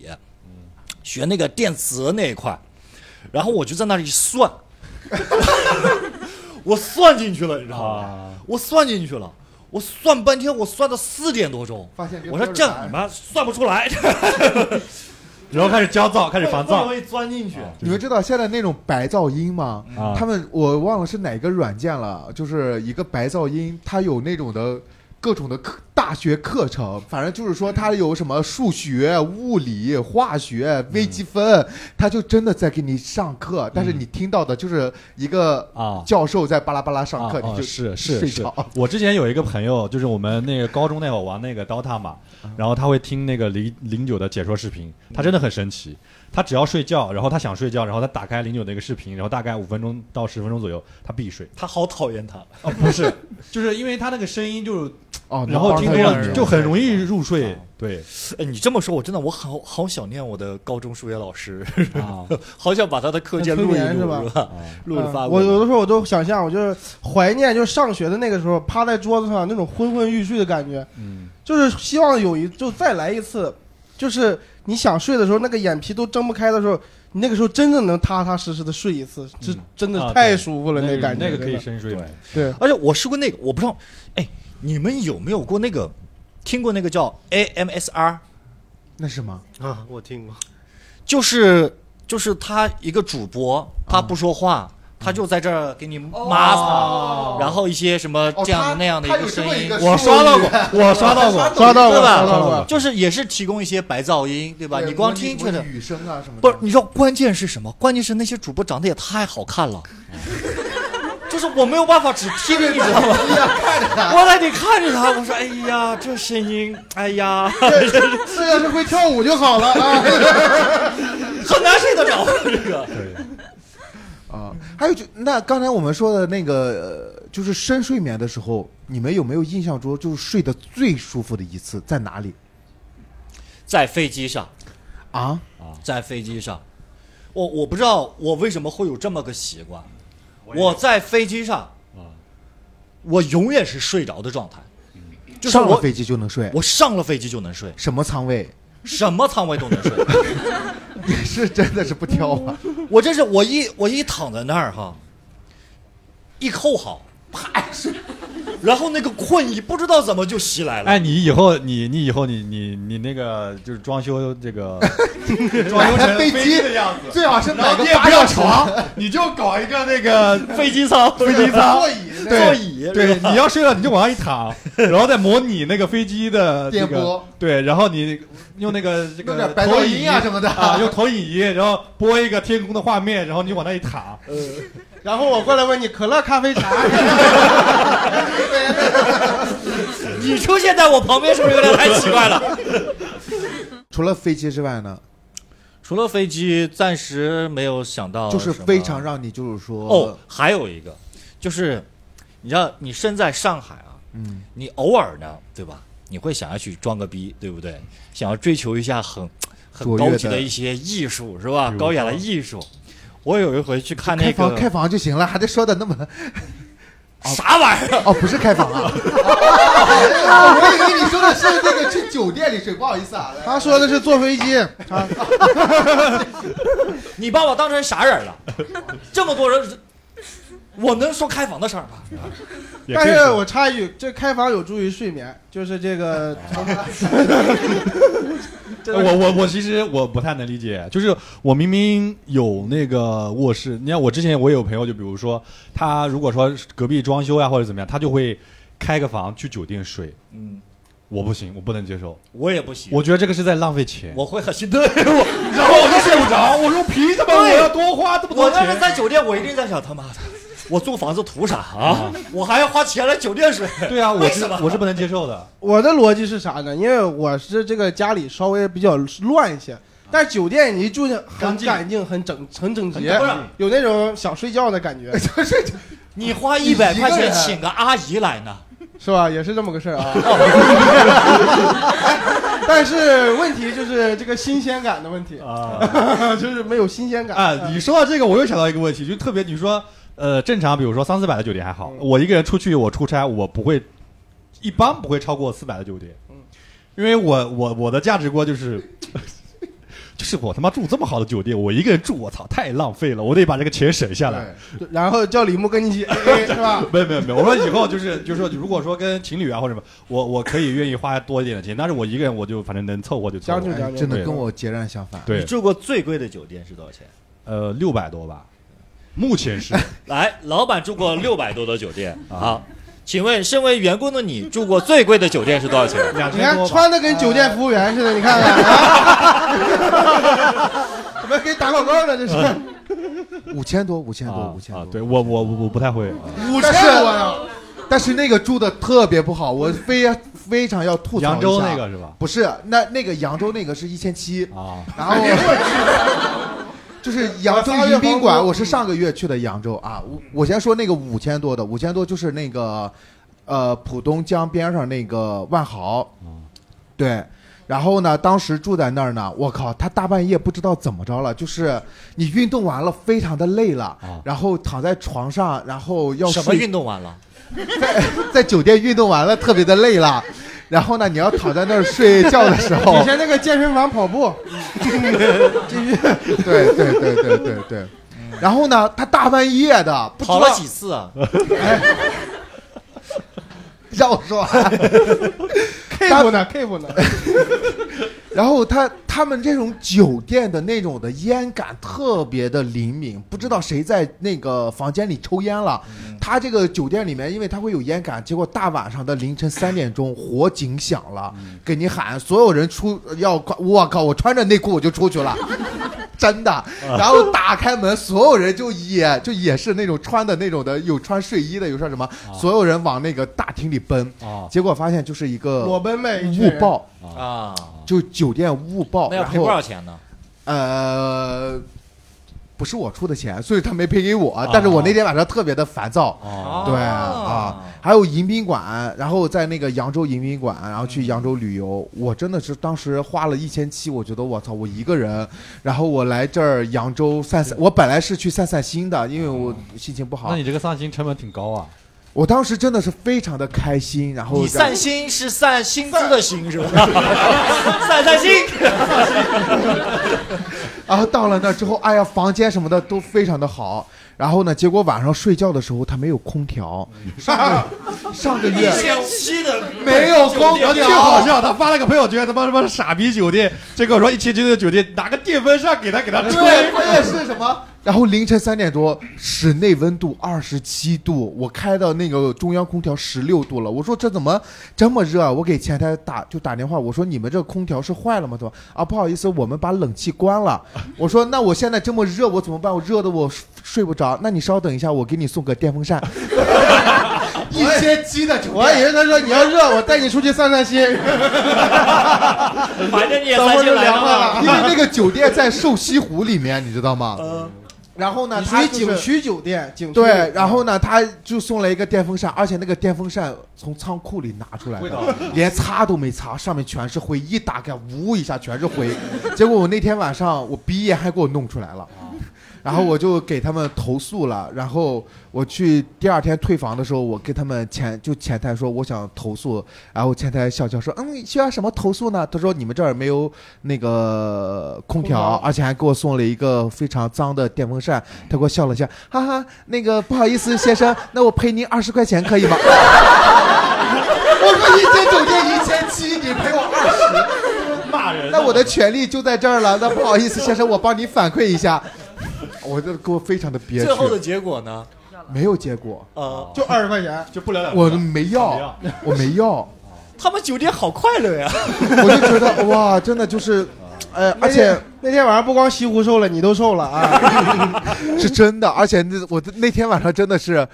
Speaker 1: 学那个电磁那一块，然后我就在那里算， 我算进去了，你知道吗？
Speaker 2: 啊
Speaker 1: 我算进去了，我算半天，我算到四点多钟，
Speaker 3: 发现跟
Speaker 1: 我说
Speaker 3: 标
Speaker 1: 这
Speaker 3: 准答案
Speaker 1: 你妈算不出来，
Speaker 2: 然后开始焦躁，开始 烦
Speaker 1: 不
Speaker 2: 躁
Speaker 1: 容易钻进去。
Speaker 3: 你们知道现在那种白噪音吗？
Speaker 1: 嗯
Speaker 2: 啊
Speaker 3: 他们我忘了是哪个软件了，就是一个白噪音，它有那种的各种的课大学课程，反正就是说它有什么数学、物理、化学、微积分，它就真的在给你上课，但是你听到的就是一个
Speaker 2: 嗯啊。
Speaker 3: 教授在巴拉巴拉上课，
Speaker 2: 啊
Speaker 3: 你
Speaker 2: 啊
Speaker 3: 就是睡
Speaker 2: 是是
Speaker 3: 着。
Speaker 2: 我之前有一个朋友，就是我们那个高中那会儿玩那个 DOTA 嘛，然后他会听那个零零九的解说视频，他真的很神奇。他只要睡觉，然后他想睡觉，然后他打开零九那个视频，然后大概五分钟到十分钟左右，他必睡。
Speaker 1: 他好讨厌他，
Speaker 2: 哦，不是，就是因为他那个声音就，
Speaker 3: 哦，
Speaker 2: 然后
Speaker 3: 能
Speaker 2: 听
Speaker 3: 帮他
Speaker 2: 多
Speaker 1: 让
Speaker 3: 一
Speaker 2: 了
Speaker 1: 人
Speaker 3: 点
Speaker 2: 就很容易入睡
Speaker 1: 啊。
Speaker 2: 对
Speaker 1: 哎，你这么说，我真的我好好想念我的高中数学老师，
Speaker 2: 啊，
Speaker 1: 好想把他的课件
Speaker 4: 那
Speaker 1: 录
Speaker 4: 催
Speaker 1: 一
Speaker 4: 眠
Speaker 1: 录，
Speaker 4: 是吧
Speaker 1: 是吧？录着发
Speaker 4: 嗯
Speaker 1: 过
Speaker 4: 我
Speaker 1: 来。
Speaker 4: 有的时候我都想象，我就是怀念，就是上学的那个时候，趴在桌子上那种昏昏欲睡的感觉，
Speaker 2: 嗯，
Speaker 4: 就是希望有一就再来一次，就是你想睡的时候，那个眼皮都睁不开的时候，你那个时候真正能踏踏实实的睡一次，这、
Speaker 2: 嗯
Speaker 4: 真
Speaker 2: 啊
Speaker 4: 的
Speaker 2: 对
Speaker 4: 太舒服了，
Speaker 2: 那
Speaker 4: 个感觉。
Speaker 2: 那个可以
Speaker 4: 真的
Speaker 2: 深睡
Speaker 1: 对
Speaker 2: 美。
Speaker 4: 对，
Speaker 1: 而且我试过那个，我不知道，哎，你们有没有过那个，听过那个叫 AMSR？
Speaker 3: 那是吗？
Speaker 5: 啊，我听过。
Speaker 1: 就是就是他一个主播，他不说话，他就在这儿给你骂他，然后一些什么
Speaker 3: 哦
Speaker 1: 这样
Speaker 3: 他
Speaker 1: 的那样的
Speaker 3: 他
Speaker 1: 个
Speaker 3: 有这
Speaker 1: 声
Speaker 3: 么一
Speaker 1: 音
Speaker 3: 个，
Speaker 2: 我刷到过，我刷到过，
Speaker 4: 刷到过，
Speaker 1: 对吧
Speaker 4: 刷到过。
Speaker 1: 就是也是提供一些白噪音，对吧？
Speaker 3: 对
Speaker 1: 你光
Speaker 3: 模拟
Speaker 1: 听
Speaker 3: 模
Speaker 1: 觉
Speaker 3: 拟
Speaker 1: 得
Speaker 3: 雨声啊什么的，
Speaker 1: 不是，你知道关键是什么？关键是那些主播长得也太好看 了。就是我没有办法只听，你知道吗？我在你看着他，我说哎呀，这声音，哎呀，
Speaker 3: 这要是会跳舞就好了 啊。
Speaker 1: 很难睡得着这个。
Speaker 3: 啊，还有就那刚才我们说的那个，呃就是深睡眠的时候，你们有没有印象中就是睡得最舒服的一次在哪里
Speaker 1: 在飞机上，
Speaker 3: 啊？
Speaker 1: 在飞机上，我我不知道我为什么会有这么个习惯。我嗯在飞机上，我永远是睡着的状态，就是
Speaker 3: 上了
Speaker 1: 我
Speaker 3: 飞机就能睡，
Speaker 1: 我上了飞机就能睡，
Speaker 3: 什么仓位？
Speaker 1: 什么舱位都能睡。
Speaker 3: 你是真的是不挑啊？
Speaker 1: 我这是我一我一躺在那儿哈，一扣 好，啪睡，然后那个困意不知道怎么就袭来了。
Speaker 2: 哎，你以后你你以后你你你那个就是装修这个装修成
Speaker 3: 飞
Speaker 2: 机的样子，
Speaker 3: 最好是买个
Speaker 2: 你也
Speaker 3: 八
Speaker 2: 不要啊
Speaker 3: 角床，
Speaker 2: 床，你就搞一个那个
Speaker 1: 飞机舱，飞机舱，座椅， 座
Speaker 2: 对
Speaker 1: 椅，
Speaker 2: 对，你要睡了你就往上一躺，然后再模拟那个飞机 的这
Speaker 3: 电
Speaker 2: 个
Speaker 3: 波
Speaker 2: 对，然后你用那个这
Speaker 3: 弄
Speaker 2: 个
Speaker 3: 点白
Speaker 2: 投
Speaker 3: 噪
Speaker 2: 影仪
Speaker 3: 音啊什么的
Speaker 2: 啊，用投影仪，然后播一个天空的画面，然后你就往那一躺，
Speaker 4: 然后我过来问你，可乐、咖啡、茶，
Speaker 1: 你出现在我旁边是不是有点太奇怪了？
Speaker 3: 除了飞机之外呢，
Speaker 1: 除了飞机，暂时没有想到什么，
Speaker 3: 就是非常让你就是说
Speaker 1: 哦，，还有一个，就是你知道，你身在上海啊，
Speaker 3: 嗯，
Speaker 1: 你偶尔呢，对吧？你会想要去装个逼，对不对？想要追求一下很很
Speaker 3: 卓
Speaker 1: 高
Speaker 3: 越
Speaker 1: 级
Speaker 3: 的
Speaker 1: 的一些艺术，是吧
Speaker 2: 比？如
Speaker 1: 高雅的
Speaker 2: 说
Speaker 1: 艺术。我有一回去看那
Speaker 3: 开房开
Speaker 1: 个
Speaker 3: 房就行了，还得说的那么
Speaker 1: 啥玩意儿，
Speaker 3: 哦，不是开房啊，哦我以为你说的是那个去酒店里睡，不好意思啊，
Speaker 4: 他说的是坐飞机，
Speaker 1: 你把我当成啥人了？ 这么多人， 我能说开房的事儿吗？
Speaker 2: 也
Speaker 4: 但
Speaker 2: 可以
Speaker 4: 是
Speaker 2: 说
Speaker 4: 我插一句，这开房有助于睡眠，就是这个，真的
Speaker 2: 呃我我我其实我不太能理解，就是我明明有那个卧室，你看我之前我也有朋友，就比如说他如果说隔壁装修呀、或者怎么样，他就会开个房去酒店睡，
Speaker 1: 嗯，
Speaker 2: 我不行，我不能接受，
Speaker 1: 我也不行，
Speaker 2: 我觉得这个是在浪费钱。
Speaker 1: 我会很心疼我，然后我就睡不着，我说凭什
Speaker 2: 他妈我要多花这 么
Speaker 1: 我
Speaker 2: 多
Speaker 1: 要是
Speaker 2: 钱，
Speaker 1: 在酒店，我一定在想他妈的，我租房子图啥啊？我还要花钱来酒店睡？
Speaker 2: 对啊，我
Speaker 1: 为
Speaker 2: 是
Speaker 1: 什么？
Speaker 2: 我是不能接受的。
Speaker 4: 我的逻辑是啥呢？因为我是这个家里稍微比较乱一些，但是酒店你一住着很
Speaker 2: 啊干净
Speaker 4: 干净、很整、很整洁
Speaker 1: 很干净，
Speaker 4: 有那种想睡觉的感 觉，
Speaker 1: 你花一百块
Speaker 3: 一个
Speaker 1: 钱
Speaker 3: 人
Speaker 1: 请个啊阿姨来呢？
Speaker 4: 是吧？也是这么个事儿 啊。 但是问题就是这个新鲜感的问题，
Speaker 2: 啊
Speaker 4: 就是没有新鲜感。
Speaker 2: 啊！你说到这个，我又想到一个问题，就特别你说，呃，正常，比如说三四百的酒店还好，
Speaker 4: 嗯
Speaker 2: 我一个人出去，我出差，我不会，一般不会超过四百的酒店
Speaker 4: 嗯，
Speaker 2: 因为我我我的价值观就是，就是我他妈住这么好的酒店，我一个人住，我操，太浪费了，我得把这个钱省下来。
Speaker 4: 对然后叫李牧跟你 一起 AA 是吧？
Speaker 2: 没有没有没有，我说以后就是就是说，如果说跟情侣啊或者什么，我我可以愿意花多一点的钱，但是我一个人我就反正能凑合就凑
Speaker 4: 将就
Speaker 2: 合。哎
Speaker 4: 将就
Speaker 3: 哎真的
Speaker 2: 对
Speaker 3: 跟我截然相反。
Speaker 1: 你
Speaker 2: 对，
Speaker 1: 住过最贵的酒店是多少钱？
Speaker 2: 呃，六百多吧，目前是
Speaker 1: 来，老板住过六百多的酒店好，请问身为员工的你住过最贵的酒店是多少钱？
Speaker 2: 两
Speaker 4: 你
Speaker 2: 千
Speaker 4: 看
Speaker 2: 多吧。
Speaker 4: 穿的跟酒店服务员似的，你看看， 啊怎么给打广告呢？这是
Speaker 3: 五千多，五千多，
Speaker 2: 啊
Speaker 3: 五千
Speaker 2: 啊
Speaker 3: 多。！
Speaker 2: 对我我我我不太会，啊
Speaker 4: 五
Speaker 3: 但
Speaker 4: 千
Speaker 3: 是
Speaker 4: 多啊呀！
Speaker 3: 但是那个住的特别不好，我非非常要吐槽一下
Speaker 2: 扬州那个是吧？
Speaker 3: 不是，那那个扬州那个是一千七，
Speaker 2: 啊，
Speaker 3: 然后 就是扬州迎宾馆，我是上个月去的扬州啊。我我先说那个五千多的，五千多就是那个呃浦东江边上那个万豪，
Speaker 1: 嗯
Speaker 3: 对。然后呢，当时住在那儿呢，我靠，他大半夜不知道怎么着了，就是你运动完了，非常的累了，
Speaker 2: 啊
Speaker 3: 然后躺在床上，然后要
Speaker 1: 什么
Speaker 3: 睡
Speaker 1: 运动完了？
Speaker 3: 在在酒店运动完了，特别的累了。然后呢，你要躺在那儿睡觉的时候
Speaker 2: 哦
Speaker 4: 以，前那个健身房跑 步，
Speaker 3: 对对对对对对。然后呢，他大半夜的，不知
Speaker 1: 跑了
Speaker 3: 道
Speaker 1: 几次啊？
Speaker 3: 让我说完。
Speaker 4: k 服呢 k 服呢，
Speaker 2: 呃
Speaker 3: 然后他他们这种酒店的那种的烟感特别的灵敏，不知道谁在那个房间里抽烟了。他这个酒店里面，因为他会有烟感，结果大晚上的凌晨三点钟，火警响了，给你喊所有人出要，我靠，我穿着内裤我就出去了。 真的，然后打开门，所有人就也就也是那种穿的那种的，有穿睡衣的，有穿什么，所有人往那个大厅里奔，
Speaker 2: 啊
Speaker 3: 结果发现就是一个
Speaker 4: 裸奔呗，一群
Speaker 3: 误
Speaker 4: 人。
Speaker 3: 报，
Speaker 1: 啊，
Speaker 3: 就酒店误报，
Speaker 1: 那要
Speaker 3: 然
Speaker 1: 赔多少
Speaker 3: 后
Speaker 1: 钱呢？
Speaker 3: 呃，不是我出的钱，所以他没赔给我。但是我那天晚上特别的烦躁，
Speaker 1: 哦
Speaker 2: 啊
Speaker 3: 对啊，还有迎宾馆，然后在那个扬州迎宾馆，然后去扬州旅游，我真的是当时花了一千七，我觉得我操，我一个人，然后我来这儿扬州散散，我本来是去散散心的，因为我心情不好
Speaker 2: 那你，这个散心成本挺高啊。
Speaker 3: 我当时真的是非常的开心，然后
Speaker 1: 你散心是散薪资的薪是吧？散散心，
Speaker 3: 然后到了那之后，哎呀，房间什么的都非常的好。然后呢，结果晚上睡觉的时候，它没有空调。上个上个
Speaker 1: 一
Speaker 3: 月
Speaker 1: 千七的
Speaker 3: 嗯 没有空
Speaker 2: 我
Speaker 3: 调，
Speaker 2: 挺好笑，他发了个朋友圈，他妈他妈傻逼酒店，结果说一千七的酒店拿个电风扇给他给他吹，
Speaker 3: 对，关键是什么？然后凌晨三点多，室内温度二十七度，我开到那个中央空调十六度了。我说这怎么这么热啊？我给前台打就打电话，我说你们这空调是坏了吗？他说啊，不好意思，我们把冷气关了。 我说那我现在这么热，我怎么办？我热的我睡不着。那你稍等一下，我给你送个电风扇。一千七的酒
Speaker 4: 我还以
Speaker 3: 店，
Speaker 4: 为他说你要热，我带你出去散散 心。
Speaker 1: 反正你也
Speaker 4: 等
Speaker 1: 散
Speaker 4: 会儿就
Speaker 1: 心来
Speaker 4: 凉快
Speaker 1: 了
Speaker 4: 了
Speaker 1: 嘛。
Speaker 3: 因为那个酒店在瘦西湖里面，你知道吗？
Speaker 2: 嗯
Speaker 3: 然后呢，
Speaker 4: 你属
Speaker 3: 它
Speaker 4: 于
Speaker 3: 就是
Speaker 4: 景区酒店，景区
Speaker 3: 对，然后呢，他就送了一个电风扇，而且那个电风扇从仓库里拿出来
Speaker 2: 味
Speaker 3: 的
Speaker 2: 道，
Speaker 3: 连擦都没擦，上面全是灰，一打开，呜一下全是灰。结果我那天晚上我鼻炎还给我弄出来了，然后我就给他们投诉了，然后我去第二天退房的时候，我跟他们前就前台说我想投诉，然后前台笑笑说，嗯，需要什么投诉呢？他说你们这儿没有那个空
Speaker 4: 空
Speaker 3: 调
Speaker 4: 调，
Speaker 3: 而且还给我送了一个非常脏的电风扇，他给我笑了一下，哈哈，那个不好意思先生，那我赔您二十块钱可以吗？ 我说一间酒店一千七，你赔我二
Speaker 2: 骂
Speaker 3: 十，
Speaker 2: 人。
Speaker 3: 那我的权利就在这儿了，那不好意思先生，我帮你反馈一下。 我这给我非常的憋屈，
Speaker 1: 最后的结果呢？
Speaker 3: 没有结果，
Speaker 1: 呃，
Speaker 4: 就二十块钱，
Speaker 2: 就不聊了。
Speaker 3: 我没 要，我没要，
Speaker 1: 他们酒店好快乐 呀！
Speaker 3: 我就觉得哇，真的就是，呃，而且
Speaker 4: 那天晚上不光西湖瘦了，你都瘦了啊！
Speaker 3: 是真的，而且那我那天晚上真的是。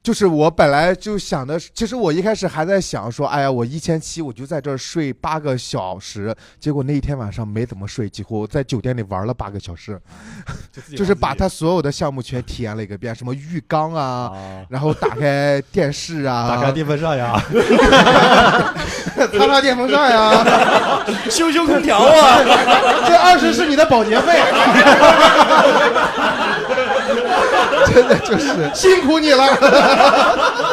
Speaker 3: 就是我本来就想的，其实我一开始还在想说，哎呀，我一千七我就在这儿睡八个小时，结果那一天晚上没怎么睡，几乎在酒店里玩了八个小时，就是把他所有的项目全体验了一个遍，什么浴缸啊，
Speaker 2: 啊，
Speaker 3: 然后打开电视啊，
Speaker 2: 打开电风扇呀，
Speaker 4: 擦擦电风扇 呀，
Speaker 1: 修修空调啊！
Speaker 4: 这二十是你的 保 洁费，
Speaker 3: 真的就是
Speaker 4: 辛苦你了。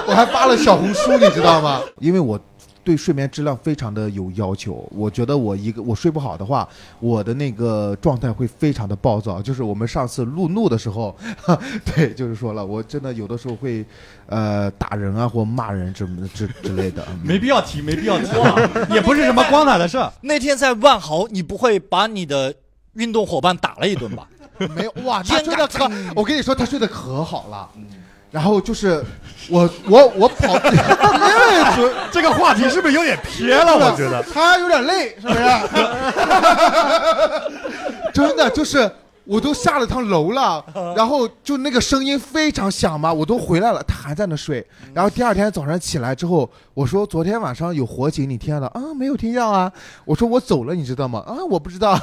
Speaker 3: 我还发了小红书，你知道吗？因为我对睡眠质量非常的有要求。我觉得我一个我睡不好的话，我的那个状态会非常的暴躁。就是我们上次路怒的时候， 对，就是说了，我真的有的时候会呃打人啊或骂人之之之类的。嗯
Speaker 2: 没必要提，没 必要提，啊也不是什么光彩的事儿。
Speaker 1: 那天在万豪，你不会把你的运动伙伴打了一顿吧？
Speaker 3: 没有哇，他
Speaker 1: 烟
Speaker 3: 睡得
Speaker 1: 感
Speaker 3: 可，我跟你说，他睡得可好了。然后就是我我我跑， 没有
Speaker 5: 这个话题是不是有点偏 了？我觉得
Speaker 3: 他有点累，是不 是？真的就是。我都下了趟楼了，然后就那个声音非常响嘛，我都回来了，他还在那睡。然后第二天早上起来之后，我说昨天晚上有火警，你听见了啊？没有听见啊？我说我走了，你知道吗？啊，我不知道。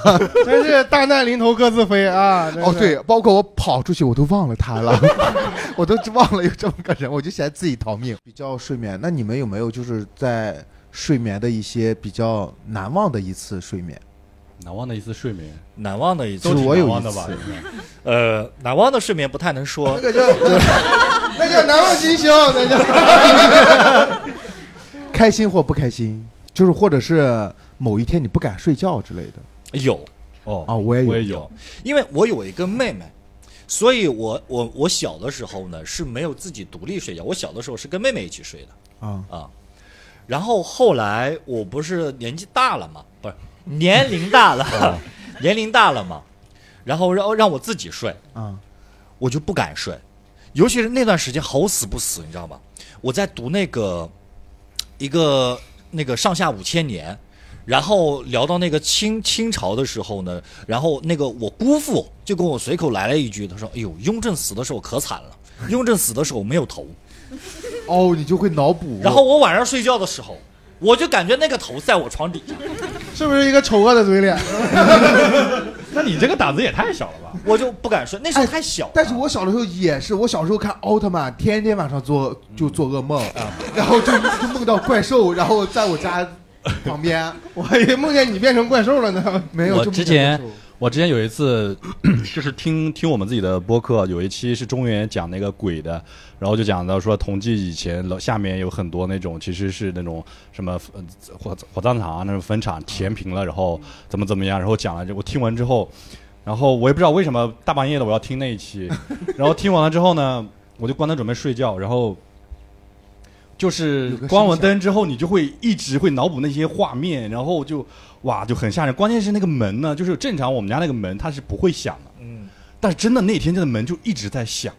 Speaker 4: 真是大难临头各自飞啊！真是
Speaker 3: 哦，，对，包括我跑出去，我都忘了他了， 我都忘了有这么个人，我就嫌自己逃命。比较睡眠，那你们有没有就是在睡眠的一些比较难忘的一次睡 眠？
Speaker 2: 难忘的一次睡眠，
Speaker 1: 难忘的一次
Speaker 3: 就，是我有
Speaker 2: 难
Speaker 3: 一
Speaker 2: 忘的
Speaker 3: 次
Speaker 2: 吧？
Speaker 1: 呃，难忘的睡眠不太能说
Speaker 4: 那。个叫那叫难忘今宵，那叫
Speaker 3: 开心或不开心，就是或者是某一天你不敢睡觉之类的
Speaker 1: 有，
Speaker 3: 啊，
Speaker 2: 哦，
Speaker 3: 我也有。
Speaker 2: 我也有，
Speaker 1: 因为我有一个妹妹，所以我我我小的时候呢是没有自己独立睡觉，我小的时候是跟妹妹一起睡的
Speaker 3: 啊，
Speaker 1: 啊。然后后来我不是年纪大了嘛，不是年龄大了， 年龄大了嘛，然后让让我自己睡，
Speaker 3: 啊，
Speaker 1: 我就不敢睡，尤其是那段时间好死不死，你知道吗？我在读那个一个那个上下五千年，然后聊到那个清清朝的时候呢，然后那个我姑父就跟我随口来了一句，他说：“哎呦，雍正死的时候可惨了，雍正死的时候没有头。
Speaker 3: 哦，你就会脑补”。
Speaker 1: 然后我晚上睡觉的时候，我就感觉那个头在我床底下，
Speaker 4: 是不是一个丑恶的嘴脸？
Speaker 2: 那你这个胆子也太小了吧？
Speaker 1: 我就不敢睡，那时候太小了。
Speaker 3: 哎但是我小的时候也是，我小时候看奥特曼，天天晚上做就做噩梦，然后就就梦到怪兽，然后在我家旁边，
Speaker 4: 我还以为梦见你变成怪兽了呢。
Speaker 3: 没有。
Speaker 2: 我
Speaker 3: 就梦
Speaker 2: 之
Speaker 3: 见怪
Speaker 2: 前
Speaker 3: 兽
Speaker 2: 我之前有一次，就是听听我们自己的播客，有一期是中原讲那个鬼的，然后就讲到说同济以前楼下面有很多那种其实是那种什么呃火火葬场啊那种坟场填平了，然后怎么怎么样，然后讲了这我听完之后，然后我也不知道为什么大半夜的我要听那一期，然后听完了之后呢，我就关灯准备睡觉，然后。就是
Speaker 3: 有个声
Speaker 2: 关完
Speaker 3: 响
Speaker 2: 灯之后，你就会一直会脑补那些画面，然后就哇，就很吓人。关键是那个门呢，就是正常我们家那个门它是不会响的，
Speaker 1: 嗯，
Speaker 2: 但是真的那天这个门就一直在响，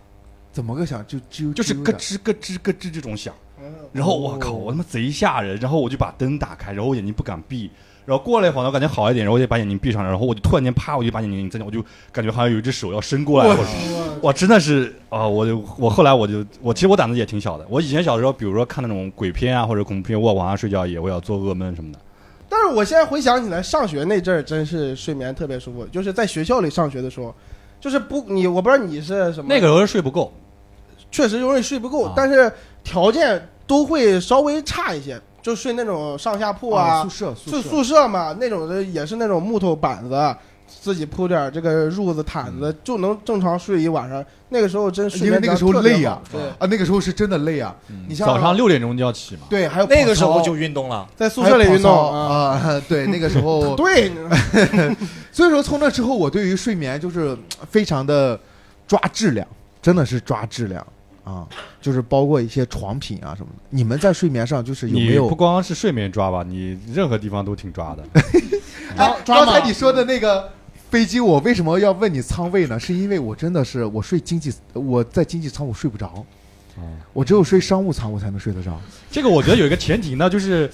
Speaker 3: 怎么个想就就
Speaker 2: 就是
Speaker 3: 就
Speaker 2: 咯
Speaker 3: 的
Speaker 2: 吱咯吱咯吱这种响。
Speaker 3: 哦
Speaker 2: 然后我靠，我他妈贼吓人。然后我就把灯打开，然后我眼睛不敢闭。然后过了一会儿，我感觉好一点，然后我就把眼睛闭上了。然后我就突然间啪，我就把眼睛睁开，我就感觉好像有一只手要伸过来，或者是哇，真的是啊、我就我后来我就我其实我胆子也挺小的。我以前小时候，比如说看那种鬼片啊或者恐怖片，我晚上睡觉也会要做噩梦什么的。
Speaker 4: 但是我现在回想起来，上学那阵儿真是睡眠特别舒服，就是在学校里上学的时候，就是不你我不知道你是什么，
Speaker 2: 那个时候睡不够，
Speaker 4: 确实容易睡不够，
Speaker 2: 啊
Speaker 4: 但是条件都会稍微差一些，就睡那种上下铺啊，
Speaker 3: 宿舍宿
Speaker 4: 宿
Speaker 3: 舍
Speaker 4: 宿舍嘛，那种的也是那种木头板子，自己铺点儿这个褥子、毯子，就能正常睡一晚上。那个时候真睡
Speaker 3: 嗯因为
Speaker 4: 眠
Speaker 3: 那个
Speaker 4: 质量
Speaker 3: 时候
Speaker 4: 特别
Speaker 3: 累
Speaker 4: 好
Speaker 3: 呀
Speaker 4: 对，
Speaker 3: 啊，那个时候是真的累啊。你像
Speaker 2: 嗯早上六点钟就要起嘛。
Speaker 3: 对，还有
Speaker 1: 那
Speaker 3: 跑
Speaker 1: 个时候
Speaker 3: 操
Speaker 1: 就运动了。
Speaker 4: 在宿舍里运
Speaker 3: 还有
Speaker 4: 动
Speaker 3: 跑操
Speaker 4: 啊，
Speaker 3: 啊， 对，那个时 候
Speaker 4: 对，
Speaker 3: 所以说，从那之后，我对于睡眠就是呃非常的抓质量，真的是抓质量啊，就是包括一些床品啊什么的。你们在睡眠上就是有没
Speaker 2: 你不
Speaker 3: 有？
Speaker 2: 光是睡眠抓吧，你任何地方都挺抓的。
Speaker 3: 哎，
Speaker 4: 抓
Speaker 3: 刚
Speaker 4: 马
Speaker 3: 才你说的那个飞机，我为什么要问你仓位呢？是因为我真的是我睡经济，我在经济舱我睡不着，
Speaker 2: 哦
Speaker 3: 我只有睡商务舱我才能睡得着。
Speaker 2: 这个我觉得有一个前提呢，就是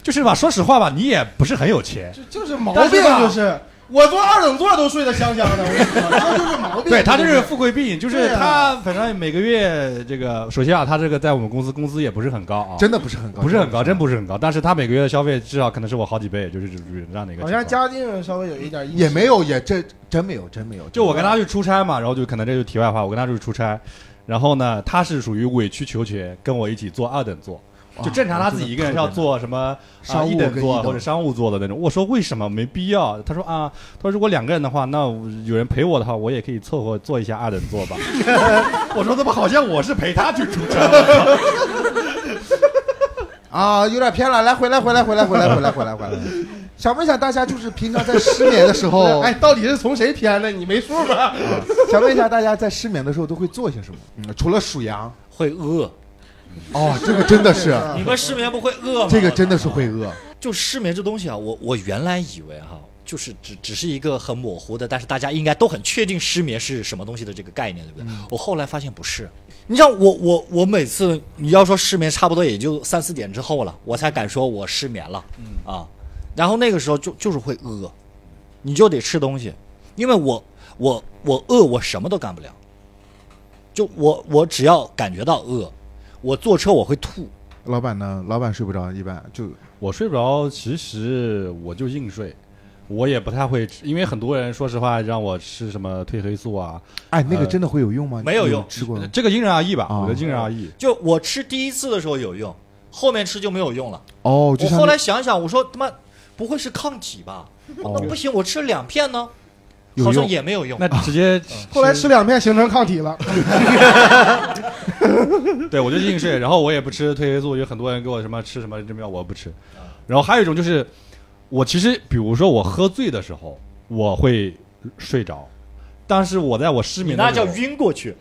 Speaker 2: 就是吧，说实话吧，你也不是很有钱。
Speaker 4: 就就是毛
Speaker 2: 但
Speaker 4: 病啊
Speaker 2: 是吧
Speaker 4: 就是。我坐二等座都睡得香香的，我跟你说，这就是毛病。
Speaker 2: 对他这是富贵病，就是
Speaker 4: 对啊
Speaker 2: 他反正每个月这个，首先啊，他这个在我们公司工资也不是很高啊，
Speaker 3: 真的不是很高，
Speaker 2: 不是很高，真不是很高，但是他每个月的消费至少可能是我好几倍，就是就是这样的一个
Speaker 4: 好
Speaker 2: 情况。
Speaker 4: 像家境稍微有一点意识
Speaker 3: 也没有，也真真没有，真没有。
Speaker 2: 就我跟他去出差嘛，然后就可能这就题外话，我跟他去出差，然后呢，他是属于委曲求全，跟我一起坐二等座。
Speaker 3: 哇
Speaker 2: 就正常他自己一个人是要坐什么啊
Speaker 3: 商务
Speaker 2: 一等
Speaker 3: 跟一
Speaker 2: 座
Speaker 3: 等
Speaker 2: 或者商务座的那种。我说为什么没必要？他说啊，他说如果两个人的话，那我有人陪我的话，我也可以凑合坐一下二等座 吧。 我说怎么好像我是陪他去出差？
Speaker 3: 啊，有点偏了，来回来回来回来回来回来回来回来。想问一下大家，就是平常在失眠的时
Speaker 2: 哦
Speaker 3: 候，
Speaker 4: 哎，到底是从谁偏的？你没数吧？
Speaker 3: 想问一下大家在失眠的时候都会做些什么？嗯、除了数羊，
Speaker 1: 会饿。
Speaker 3: 哦，这个真的是，
Speaker 1: 你们失眠不会饿吗？
Speaker 3: 这个真的是会饿。
Speaker 1: 就失眠这东西啊，我我原来以为哈、就是只只是一个很模糊的，但是大家应该都很确定失眠是什么东西的这个概念，对不对？我后来发现不是。你像我我我每次你要说失眠，差不多也就三四点之后了，我才敢说我失眠了，啊，然后那个时候就就是会饿，你就得吃东西，因为我我我饿，我什么都干不了，就我我只要感觉到饿，我坐车我会吐，
Speaker 3: 老板呢？老板睡不着，一般就
Speaker 2: 我睡不着，其实我就硬睡，我也不太会吃，因为很多人说实话让我吃什么褪黑素啊，
Speaker 3: 哎，那个真的会有用吗？
Speaker 1: 没有用
Speaker 3: 吃过吗
Speaker 2: 这个因人而异吧，
Speaker 3: 啊
Speaker 2: 我觉得因人而异。
Speaker 1: 就我吃第一次的时候有用，后面吃就没有用了。
Speaker 3: 哦，就
Speaker 1: 我
Speaker 3: 像
Speaker 1: 后来想想，我说他妈不会是抗体吧？
Speaker 3: 哦
Speaker 1: 那不行，我吃两片呢，
Speaker 3: 有
Speaker 1: 好像
Speaker 3: 用
Speaker 1: 也没有用。
Speaker 2: 那直接
Speaker 4: 后来吃两片形成抗体了，
Speaker 2: 对，我就硬睡，然后我也不吃褪黑素，有很多人给我什么吃什么这么样，我不吃。然后还有一种就是，我其实比如说我喝醉的时候，我会睡着，但是我在我失
Speaker 1: 你
Speaker 2: 眠的
Speaker 1: 那
Speaker 2: 时候
Speaker 1: 叫晕过去，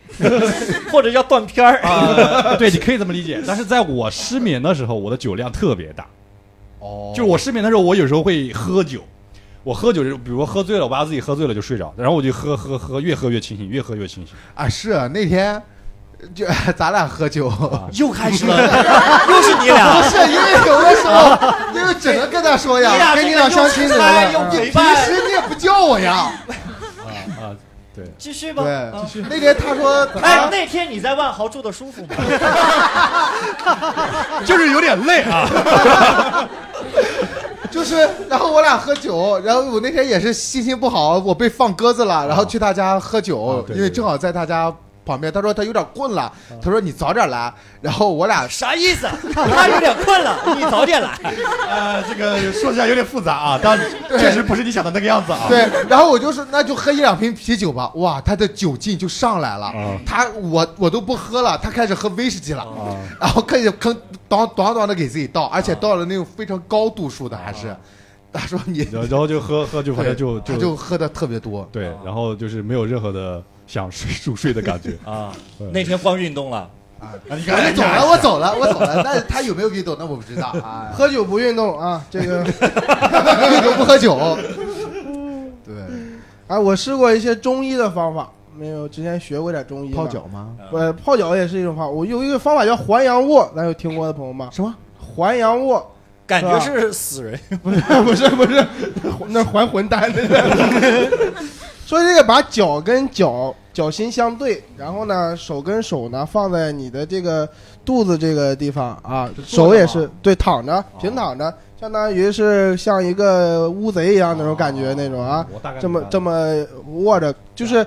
Speaker 1: 或者叫断片儿。
Speaker 2: 啊，对，你可以这么理解。但是在我失眠的时候，我的酒量特别大。
Speaker 3: 哦，
Speaker 2: 就是我失眠的时候，我有时候会喝酒。我喝酒就是，比如说喝醉了，我把自己喝醉了就睡着，然后我就喝喝喝，越喝越清醒，越喝越清醒。
Speaker 3: 啊，是啊那天就 咱俩喝酒，
Speaker 1: 又开始了，又是你
Speaker 3: 不
Speaker 1: 俩，
Speaker 3: 是因为有的时候，因为只能跟他说
Speaker 1: 你
Speaker 3: 呀，
Speaker 1: 俩
Speaker 3: 跟
Speaker 1: 这
Speaker 3: 你
Speaker 1: 个
Speaker 3: 俩
Speaker 1: 又
Speaker 3: 相亲
Speaker 1: 吃
Speaker 3: 得
Speaker 1: 菜
Speaker 3: 了
Speaker 1: 又，陪
Speaker 3: 平
Speaker 1: 伴，
Speaker 3: 时你也不叫 我呀。
Speaker 2: 啊啊，对，
Speaker 1: 继续吧。
Speaker 3: 对
Speaker 1: 啊，
Speaker 3: 那天他说啊
Speaker 1: 哎，
Speaker 3: 他
Speaker 1: 那天你在万豪住的舒服吗？
Speaker 5: 就是有点累啊。
Speaker 3: 就是，然后我俩喝酒，然后我那天也是心情不好，我被放鸽子
Speaker 1: 啊
Speaker 3: 了，然后去他家喝酒，
Speaker 2: 对对
Speaker 3: 因为正好在他家旁边。他说他有点困
Speaker 1: 啊
Speaker 3: 了，他说你早点来。然后我俩
Speaker 1: 啥意思？他有点困了，你早点来。。
Speaker 5: 呃，这个说起来有点复杂啊， 但确实不是你想的那个样子啊。
Speaker 3: 对，然后我就说那就喝一两瓶啤酒吧，哇，他的酒劲就上来了，
Speaker 2: 啊
Speaker 3: 他我我都不喝了，他开始喝威士忌了，然后开始吭当当当的给自己倒，而且倒了那种非常高度数的，还是，他说你，
Speaker 2: 然后然后就喝喝就反正就
Speaker 3: 他
Speaker 2: 就
Speaker 3: 就喝的特别多，
Speaker 2: 对，
Speaker 5: 啊
Speaker 2: 然后就是没有任何的想睡入睡 的感觉
Speaker 1: 啊，
Speaker 2: 对
Speaker 1: 那天光运动了，
Speaker 5: 啊，你看，
Speaker 3: 我哎走了，我走了，我走了，但他有没有运动，那我不知道啊，
Speaker 4: 喝酒不运动啊，这个。
Speaker 3: 运动不喝酒，对，
Speaker 4: 哎，我试过一些中医的方法，没有之前学过点中医嘛
Speaker 3: 泡脚，吗？
Speaker 4: 呃，泡脚也是一种方法。我有一个方法叫还阳卧，咱有听过的朋友吗？
Speaker 3: 什么？
Speaker 4: 还阳卧
Speaker 1: 感觉
Speaker 4: 是
Speaker 1: 是死人。
Speaker 4: 不是不是不是，那还魂丹的。 说这个把脚跟脚脚心相对，然后呢手跟手呢放在你的这个肚子这个地方啊，手也是对躺着平躺着，相当于是像一个乌贼一样那种感觉那种啊。
Speaker 2: 我大概
Speaker 4: 这么
Speaker 2: 明白
Speaker 4: 这么握
Speaker 2: 啊
Speaker 4: 着，就是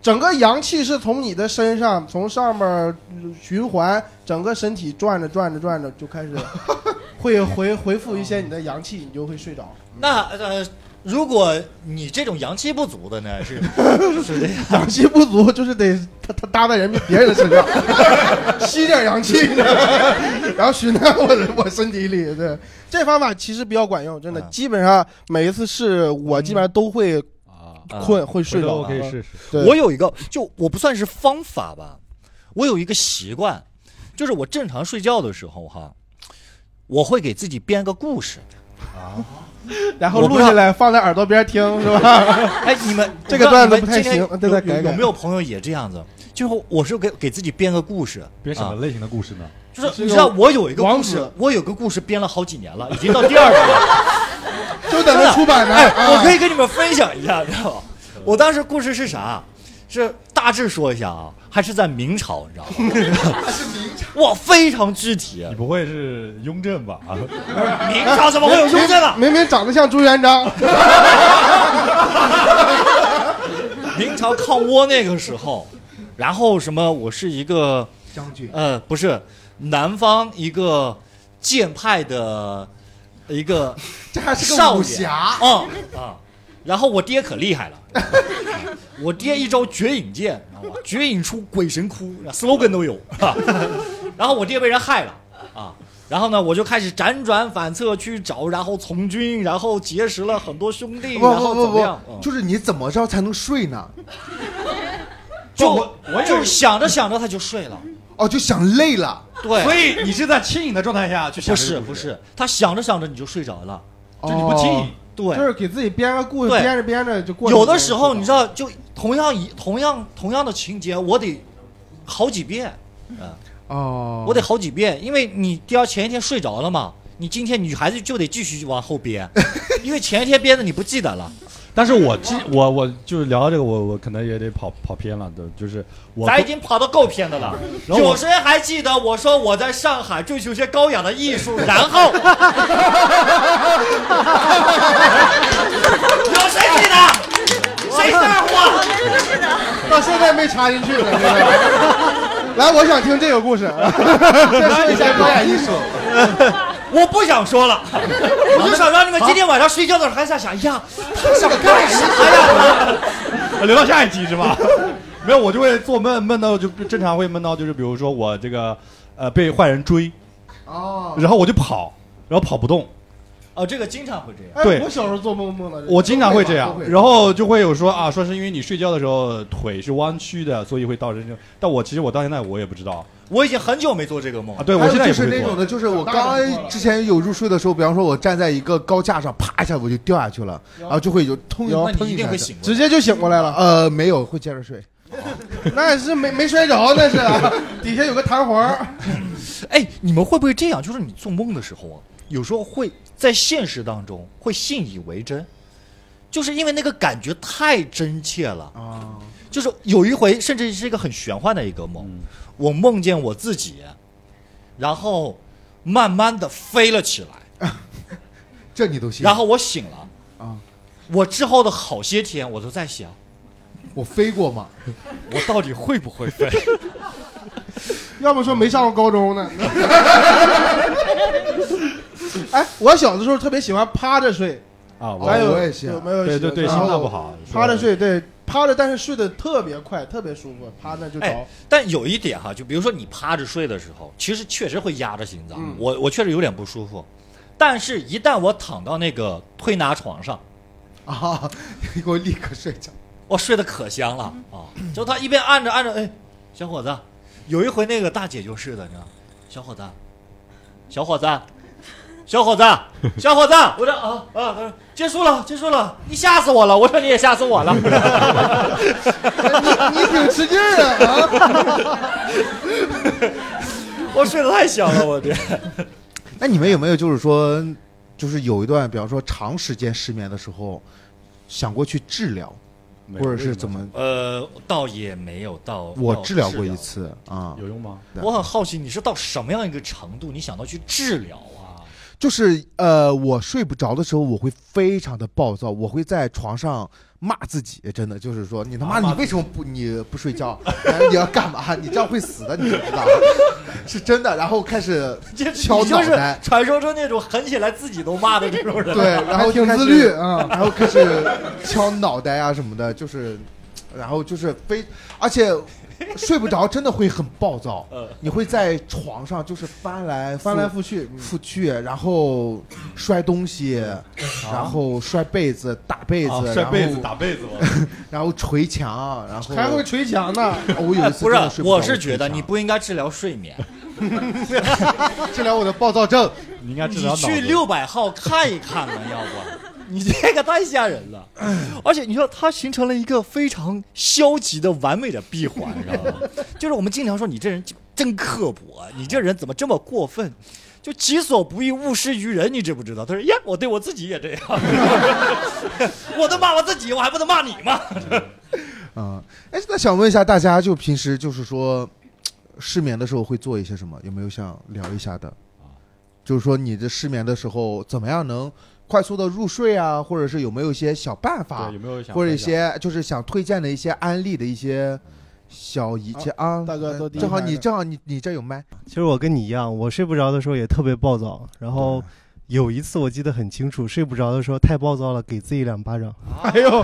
Speaker 4: 整个阳气是从你的身上从上面儿循环，整个身体转着转着转着就开始 会回回复一些你的阳气，你就会睡 着。
Speaker 1: 那呃，如果你这种阳气不足的 呢，是是这样，
Speaker 4: 阳气不足就是得他他搭在人别人的身上， 吸点阳气，然后循到我的我身体里。对，这方法其实比较管用，真的，
Speaker 1: 嗯
Speaker 4: 基本上每一次试我基本上都会
Speaker 2: 嗯啊，
Speaker 4: 困、会睡
Speaker 2: 回头
Speaker 4: 着。啊
Speaker 2: 我可以
Speaker 5: 啊
Speaker 2: 试试。
Speaker 4: 对
Speaker 1: 我有一个，就我不算是方法吧，我有一个习惯，就是我正常睡觉的时候哈，我会给自己编个故事。
Speaker 4: 然后
Speaker 1: 我不
Speaker 4: 录
Speaker 1: 知道
Speaker 4: 下来放在耳朵边 听，是吧？
Speaker 1: 哎，你们
Speaker 4: 这个
Speaker 1: 我不知道
Speaker 4: 段子
Speaker 1: 你们
Speaker 4: 不太
Speaker 1: 今天
Speaker 4: 行再
Speaker 1: 有
Speaker 4: 再改
Speaker 1: 有
Speaker 4: 改
Speaker 1: 有没有朋友也这样子？就是我是给给自己编个故事，
Speaker 2: 编什么
Speaker 1: 啊？
Speaker 2: 类型的故事呢？
Speaker 1: 就是
Speaker 4: 是
Speaker 1: 你
Speaker 4: 个
Speaker 1: 知道我有一个
Speaker 4: 王
Speaker 1: 故
Speaker 4: 子
Speaker 1: 事，我有个故事编了好几年了，已经到第二部了。
Speaker 4: 就等着出版呢。
Speaker 1: 哎，我可
Speaker 4: 以
Speaker 1: 以跟你们分享一下，知道吗？我当时故事是啥？是大致说一下啊，还是在明朝，你知道吗？
Speaker 3: 是明朝，
Speaker 1: 哇，非常具
Speaker 5: 啊
Speaker 1: 体
Speaker 2: 你。不会是雍 正吧？啊，
Speaker 1: 明朝怎么会有雍正啊？
Speaker 4: 明明长得像朱元璋，
Speaker 1: 明朝抗倭那个时候，然后什么？我是一个
Speaker 3: 将军，
Speaker 1: 呃，不是南方一个剑派的一个
Speaker 3: 这还是个
Speaker 1: 少
Speaker 3: 武
Speaker 1: 爷
Speaker 3: 侠，
Speaker 1: 啊啊！然后我爹可厉害了，我爹一招绝影剑，你知道吗？绝影出鬼神窟，slogan 都有。啊然后我爹被人害了啊，然后呢，我就开始辗转反侧去找，然后从军，然后结识了很多兄弟，
Speaker 3: 不
Speaker 1: 然后
Speaker 3: 不
Speaker 1: 怎
Speaker 3: 不
Speaker 1: 么样？
Speaker 3: 不，
Speaker 1: 嗯
Speaker 3: 就是你怎么着才能睡呢？
Speaker 1: 就
Speaker 5: 我我也
Speaker 1: 就是想着想着他就睡了，
Speaker 3: 哦，就想累了，
Speaker 1: 对，
Speaker 5: 所以你是在轻盈的状态下去想
Speaker 1: 不
Speaker 5: 这
Speaker 1: 是
Speaker 5: 个
Speaker 1: 不
Speaker 5: 故事，
Speaker 1: 是，他想着想着你就睡着了，
Speaker 5: 就你不轻
Speaker 3: 哦
Speaker 5: 盈。
Speaker 1: 对，
Speaker 4: 就是给自己编个故事，
Speaker 1: 对
Speaker 4: 编着编着就过去了。
Speaker 1: 有的时候你知道，就同样一同样同样的情节，我得好几遍，嗯、
Speaker 3: 哦，
Speaker 1: 我得好几遍，因为你第二前一天睡着了嘛，你今天你还是就得继续往后 编，因为前一天编的你不记得了。
Speaker 2: 但是我记我我就是聊到这个，我我可能也得跑跑偏了，对，就是我
Speaker 1: 咱已经跑到够偏的了，
Speaker 2: 然后我
Speaker 1: 有谁还记得我说我在上海追求一些高雅的艺术，然后 有谁记得？谁撒谎？
Speaker 3: 到现在没插进去 呢。
Speaker 4: 来，我想听这个 故事，
Speaker 3: 再说一下高雅艺术，
Speaker 1: 我不想说了，我就想让你们今天晚上睡觉的时候还在想，哎呀，他想干啥呀？
Speaker 5: 留到下一集是吧？没有，我就会做梦，梦到就正常会梦到，就是比如说我这个呃被坏人追，
Speaker 3: 哦，
Speaker 5: 然后我就跑，然后跑不动，
Speaker 1: 哦，这个经常会这样。
Speaker 4: 哎
Speaker 5: 对
Speaker 4: 我小时候做梦梦到这个，
Speaker 5: 我经常会这样
Speaker 3: 都会吧都，会
Speaker 5: 然后就会有说啊，说是因为你睡觉的时候腿是弯曲的，所以会导致这种。但我其实我到现在我也不知道
Speaker 1: 我已经很久没做这个梦
Speaker 5: 啊，
Speaker 1: 了。
Speaker 5: 对我
Speaker 3: 还有
Speaker 5: 现在也
Speaker 3: 就
Speaker 5: 不
Speaker 3: 是
Speaker 5: 会
Speaker 3: 那种
Speaker 5: 做。
Speaker 3: 的，就是我刚之前有入睡的时候，比方说我站在一个高架上，啪一下我就掉下去了，然后就会有通，
Speaker 1: 那
Speaker 3: 砰
Speaker 1: 你一定
Speaker 3: 下
Speaker 1: 会
Speaker 3: 子。
Speaker 1: 醒过
Speaker 4: 直
Speaker 1: 来。
Speaker 4: 接就醒过来了。
Speaker 3: 呃，没有，会接着睡。
Speaker 4: 那是没没摔着，那 是啊底下有个弹簧。
Speaker 1: 哎，你们会不会这样？就是你做梦的时候啊，有时候会在现实当中会信以为真，就是因为那个感觉太真切了。
Speaker 3: 啊，嗯
Speaker 1: 就是有一回，甚至是一个很玄幻的一个梦，我梦见我自己，然后慢慢的飞了起来。
Speaker 3: 这你都信？
Speaker 1: 然后我醒了，
Speaker 3: 啊，
Speaker 1: 我之后的好些天我都在想，
Speaker 3: 我飞过吗？
Speaker 1: 我到底会不会飞？
Speaker 4: 要么说没上过高中 呢。哎，我小的时候特别喜欢趴着睡，
Speaker 2: 啊，我
Speaker 4: 咱有
Speaker 3: 哦我也喜欢
Speaker 4: 有没有
Speaker 2: 对对对，心
Speaker 4: 然后
Speaker 2: 脏不好，
Speaker 4: 趴着睡，对趴着，但是睡得特别快，特别舒服，趴那就
Speaker 1: 哎
Speaker 4: 着。，
Speaker 1: 但有一点哈，就比如说你趴着睡的时候，其实确实会压着心脏，
Speaker 4: 嗯
Speaker 1: 我我确实有点不舒服。但是，一旦我躺到那个推拿床上，
Speaker 3: 啊， 给我立刻睡着。
Speaker 1: 我睡得可香了啊！就他一边按着按着，哎，小伙子，有一回那个大姐就是的，你知道，小伙子，小伙子，小伙子，小伙子，我说啊啊，她说结束了，结束了，你吓死我了！我说你也吓死我了。
Speaker 3: 你挺吃劲儿啊！啊，
Speaker 1: 我睡得太香了，我天！
Speaker 3: 那你们有没有就是说，就是有一段，比方说长时间失眠的时候，想过去治疗，
Speaker 2: 没
Speaker 3: 或
Speaker 2: 有
Speaker 3: 者是怎？么？
Speaker 1: 呃，倒也没有到
Speaker 3: 我
Speaker 1: 到
Speaker 3: 治疗过一次啊，
Speaker 2: 有用吗？
Speaker 1: 治疗我很好奇你是到什么样一个程度，你想到去治疗 啊？
Speaker 3: 就是呃，我睡不着的时候，我会非常的暴躁，我会在床上骂自己，真的就是说，你他妈
Speaker 2: 啊骂
Speaker 3: 你
Speaker 2: 自己
Speaker 3: 为什么不你不睡觉？ 然后你要干嘛？你这样会死的，你知不知道？是真的。然后开始
Speaker 1: 这
Speaker 3: 敲
Speaker 1: 你就
Speaker 3: 脑
Speaker 1: 是
Speaker 3: 袋，
Speaker 1: 传说中那种狠起来自己都骂的这种人。
Speaker 3: 对，然后
Speaker 4: 还
Speaker 3: 就
Speaker 4: 挺
Speaker 3: 开
Speaker 4: 自
Speaker 3: 始
Speaker 4: 律啊。
Speaker 3: 然后开始敲脑袋啊什么的，就是，然后就是非，而且睡不着真的会很暴 躁
Speaker 1: 嗯，
Speaker 3: 你会在床上就是翻来
Speaker 4: 翻来覆去，嗯
Speaker 3: 覆去，然后摔东西，
Speaker 1: 嗯
Speaker 3: 然后摔被子、打被
Speaker 5: 啊
Speaker 1: 哦
Speaker 3: 子、
Speaker 5: 摔被子
Speaker 3: 然后
Speaker 5: 打被子 嘛，
Speaker 3: 然后捶墙，然后
Speaker 4: 还会捶墙 呢。
Speaker 3: 我 有一 次
Speaker 1: 不
Speaker 3: 真的
Speaker 1: 是，
Speaker 3: 睡着
Speaker 1: 我是觉得
Speaker 3: 捶墙
Speaker 1: 你不应该治疗睡眠，
Speaker 3: 治疗我的暴躁症，
Speaker 2: 你应该治疗
Speaker 1: 你
Speaker 2: 脑子
Speaker 1: 去六百号看一看 吧，要不。你这个太吓人了， 而且你说它形成了一个非常消极的完美的闭环，你知 道吗？就是我们经常说你这人就真刻薄，你这人怎么这么过分？就己所不欲，勿施于人，你知不知道？他说呀，我对我自己也这样， 我都骂我自己，我还不能骂你吗？
Speaker 3: 嗯，哎，那想问一下大家，就平时就是说失眠的时候会做一些什么？有没有想聊一下的？就是说你这失眠的时候怎么样能快速的入睡啊，或者是有没有一些小办法
Speaker 2: 对，有，没有想
Speaker 3: 或者一
Speaker 2: 分享
Speaker 3: 些就是想推荐的一些安利的一些小仪器啊？
Speaker 4: 大哥都第一
Speaker 3: 正好
Speaker 4: 排
Speaker 3: 你
Speaker 4: 的
Speaker 3: 正好你你这有麦，
Speaker 6: 其实我跟你一样，我睡不着的时候也特别暴躁。然后有一次我记得很清楚，睡不着的时候太暴躁了，给自己两巴掌。
Speaker 4: 哎呦，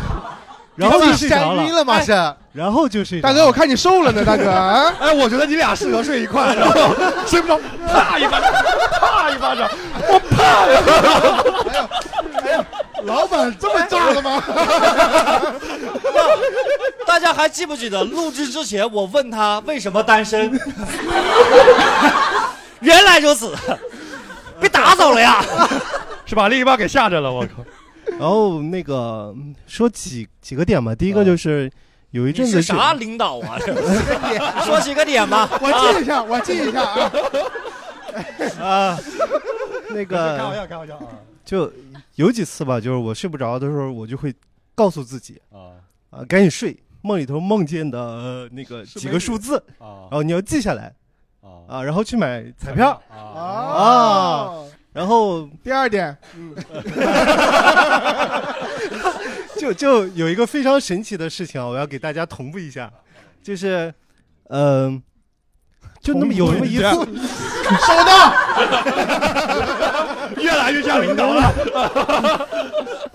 Speaker 2: 然后
Speaker 3: 你
Speaker 2: 就
Speaker 3: 是
Speaker 2: 睡着
Speaker 3: 闪晕
Speaker 2: 了。
Speaker 3: 了吗？是
Speaker 6: 然后就睡着
Speaker 4: 大
Speaker 6: 了。
Speaker 4: 哥，我看你瘦了呢，大哥啊，
Speaker 5: 哎，我觉得你俩适合睡一块，然后睡不着，啪一巴掌，啪一巴掌，
Speaker 3: 老板这么炸了吗？
Speaker 1: 大家还记不记得录制之前我问他为什么单 身？原来如此，被打走了呀！
Speaker 2: 是把另一半给吓着了，我靠！
Speaker 6: 然后那个嗯说几几个点吧，第一
Speaker 4: 嗯
Speaker 6: 个就是有一
Speaker 1: 你
Speaker 6: 阵
Speaker 1: 是
Speaker 6: 子
Speaker 1: 啥领导啊？ 这说几个点吧。
Speaker 3: 我记一下，我记一下啊。
Speaker 6: 啊，那
Speaker 5: 开玩
Speaker 6: 个
Speaker 5: 笑，开玩笑啊
Speaker 6: 就有几次吧，就是我睡不着的时候，我就会告诉自己
Speaker 5: 啊
Speaker 6: 啊，赶紧睡。梦里头梦见的、呃那个
Speaker 5: 是
Speaker 6: 几
Speaker 5: 美
Speaker 6: 个
Speaker 5: 女
Speaker 6: 数字，然
Speaker 5: 啊
Speaker 6: 后你要记下
Speaker 4: 哦
Speaker 6: 来
Speaker 5: 啊！
Speaker 6: 啊，然后去买彩票，
Speaker 5: 啊！
Speaker 6: 啊
Speaker 3: 啊，
Speaker 4: 哦
Speaker 6: 然后
Speaker 3: 第二点，
Speaker 6: 就就有一个非常神奇的事情啊，我要给大家同步一下，就是，嗯、就那么有那么一次，
Speaker 3: 收到。
Speaker 5: 越来越像领导了。